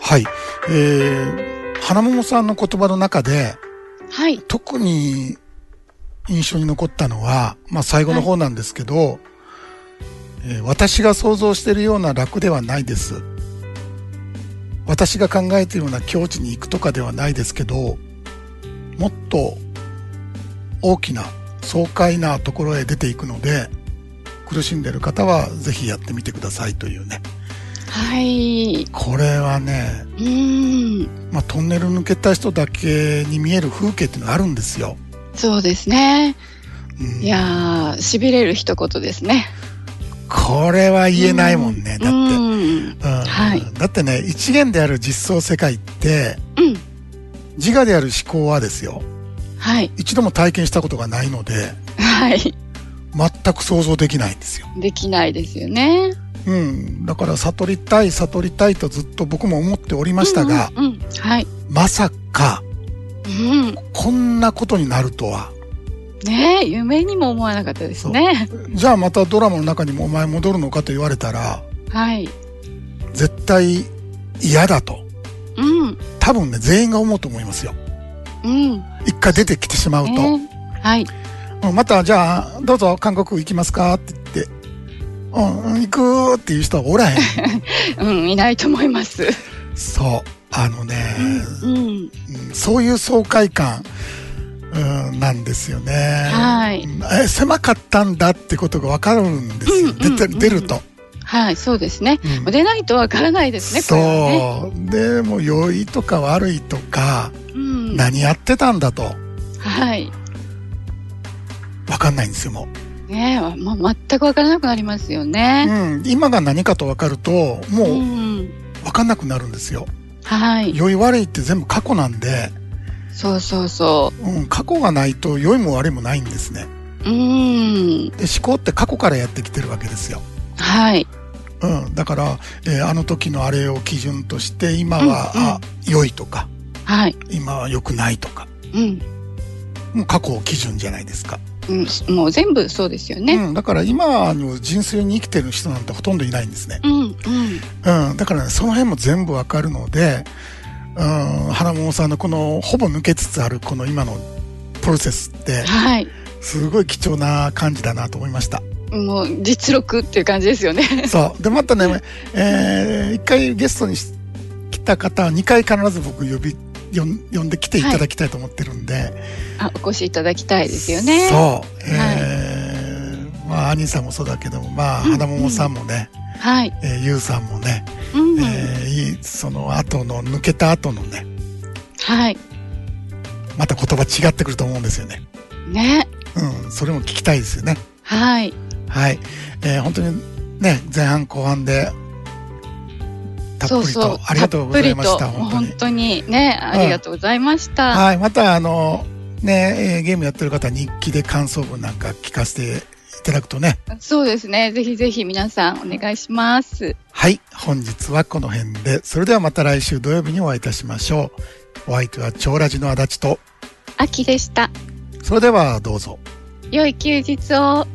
Speaker 1: はい。えー、花桃さんの言葉の中で、
Speaker 2: はい。
Speaker 1: 特に印象に残ったのは、まあ最後の方なんですけど、えー私が想像しているような楽ではないです。私が考えているような境地に行くとかではないですけど、もっと大きな爽快なところへ出ていくので、苦しんでる方はぜひやってみてくださいというね。
Speaker 2: はい。
Speaker 1: これはね、
Speaker 2: うーん。
Speaker 1: まあ、トンネル抜けた人だけに見える風景っていうのがあるんですよ。
Speaker 2: そうですね。
Speaker 1: うん
Speaker 2: いやー、痺れる一言ですね。
Speaker 1: これは言えないもんね、だって。
Speaker 2: うん。
Speaker 1: うん
Speaker 2: はい
Speaker 1: だってね一元である実相世界って
Speaker 2: うん。
Speaker 1: 自我である思考はですよ
Speaker 2: はい。
Speaker 1: 一度も体験したことがないので
Speaker 2: はい。
Speaker 1: 全く想像できないんですよ、
Speaker 2: できないですよね。
Speaker 1: うん、だから悟りたい悟りたいとずっと僕も思っておりましたが、
Speaker 2: うんうんうん。はい。
Speaker 1: まさか
Speaker 2: うん。
Speaker 1: こんなことになるとは
Speaker 2: ねえ、夢にも思わなかったですね。
Speaker 1: じゃあまたドラマの中にもお前戻るのかと言われたら
Speaker 2: はい。
Speaker 1: 絶対嫌だと
Speaker 2: うん。
Speaker 1: 多分ね全員が思うと思いますよ
Speaker 2: うん。
Speaker 1: 一回出てきてしまうと、
Speaker 2: ねはい。
Speaker 1: うんまたじゃあどうぞ韓国行きますかって言って、うんうん、行くーっていう人はお らへん
Speaker 2: うん、いないと思います。
Speaker 1: そうあのね、
Speaker 2: うん。
Speaker 1: うんそういう爽快感、うん、なんですよね
Speaker 2: はい
Speaker 1: うんえ狭かったんだってことが分かるんですよ、
Speaker 2: うんうんうん
Speaker 1: 出て出ると、
Speaker 2: はい、そうですね。
Speaker 1: うん
Speaker 2: 出ないとわからないですね、これはね。
Speaker 1: そうでも良いとか悪いとか、
Speaker 2: うん。
Speaker 1: 何やってたんだと
Speaker 2: はい。
Speaker 1: 分かんないんですよも
Speaker 2: ねえ、まあ、全くわからなくなりますよ
Speaker 1: う、う
Speaker 2: ね。
Speaker 1: ん、今が何かと分かると
Speaker 2: う。
Speaker 1: もうん分かんなくなるんですよ
Speaker 2: はい。
Speaker 1: 良い悪いって全部過去なんで
Speaker 2: そうそうそ
Speaker 1: うん、過去がないと良いも悪いもないんですね。
Speaker 2: う。うん。
Speaker 1: で思考って過去からやってきてるわけですよ。
Speaker 2: はい。
Speaker 1: うん、だから、えーあの時のあれを基準として今は、
Speaker 2: うんうん
Speaker 1: あ良いとか
Speaker 2: はい。
Speaker 1: 今は良くないとか
Speaker 2: うん。
Speaker 1: もう過去を基準じゃないですか、
Speaker 2: うん、もう全部そうですよね。
Speaker 1: うん、だから今の純粋に生きてる人なんてほとんどいないんですね、
Speaker 2: うん、うん、
Speaker 1: うん、だから、ね、その辺も全部わかるので、うん、花桃さんのこのほぼ抜けつつあるこの今のプロセスって
Speaker 2: はい。
Speaker 1: すごい貴重な感じだなと思いました。
Speaker 2: もう実録っていう感じですよね。
Speaker 1: そう。で、またね、えー、一回ゲストにし来た方は2回必ず僕呼び、呼ん呼んで来ていただきたいと思ってるんで。
Speaker 2: あ、お越しいただきたいですよね。
Speaker 1: そう。えーまあ、アニさんもそうだけども、まあ、
Speaker 2: うん
Speaker 1: 花桃さんもね、
Speaker 2: はい。
Speaker 1: えーゆうさんもね、
Speaker 2: うん。
Speaker 1: えーいい、その後の、抜けた後のね、
Speaker 2: はい。
Speaker 1: また言葉違ってくると思うんですよね。
Speaker 2: ね。
Speaker 1: うん、それも聞きたいですよね。
Speaker 2: はい。
Speaker 1: はい。えー本当にね、前半後半で、たっぷ
Speaker 2: そう
Speaker 1: りと
Speaker 2: そう
Speaker 1: ありがとうございました。
Speaker 2: たっぷりともう
Speaker 1: 本当に
Speaker 2: 本。当にね、ありがとうございました。
Speaker 1: はい、またあの、ね、えーゲームやってる方は日記で感想文なんか聞かせていただくとね。
Speaker 2: そうですね。ぜひぜひ皆さんお願いします。
Speaker 1: はい、本日はこの辺で。それではまた来週土曜日にお会いいたしましょう。お相手は長ラジの足立と、
Speaker 2: 秋でした。
Speaker 1: それではどうぞ。
Speaker 2: 良い休日を。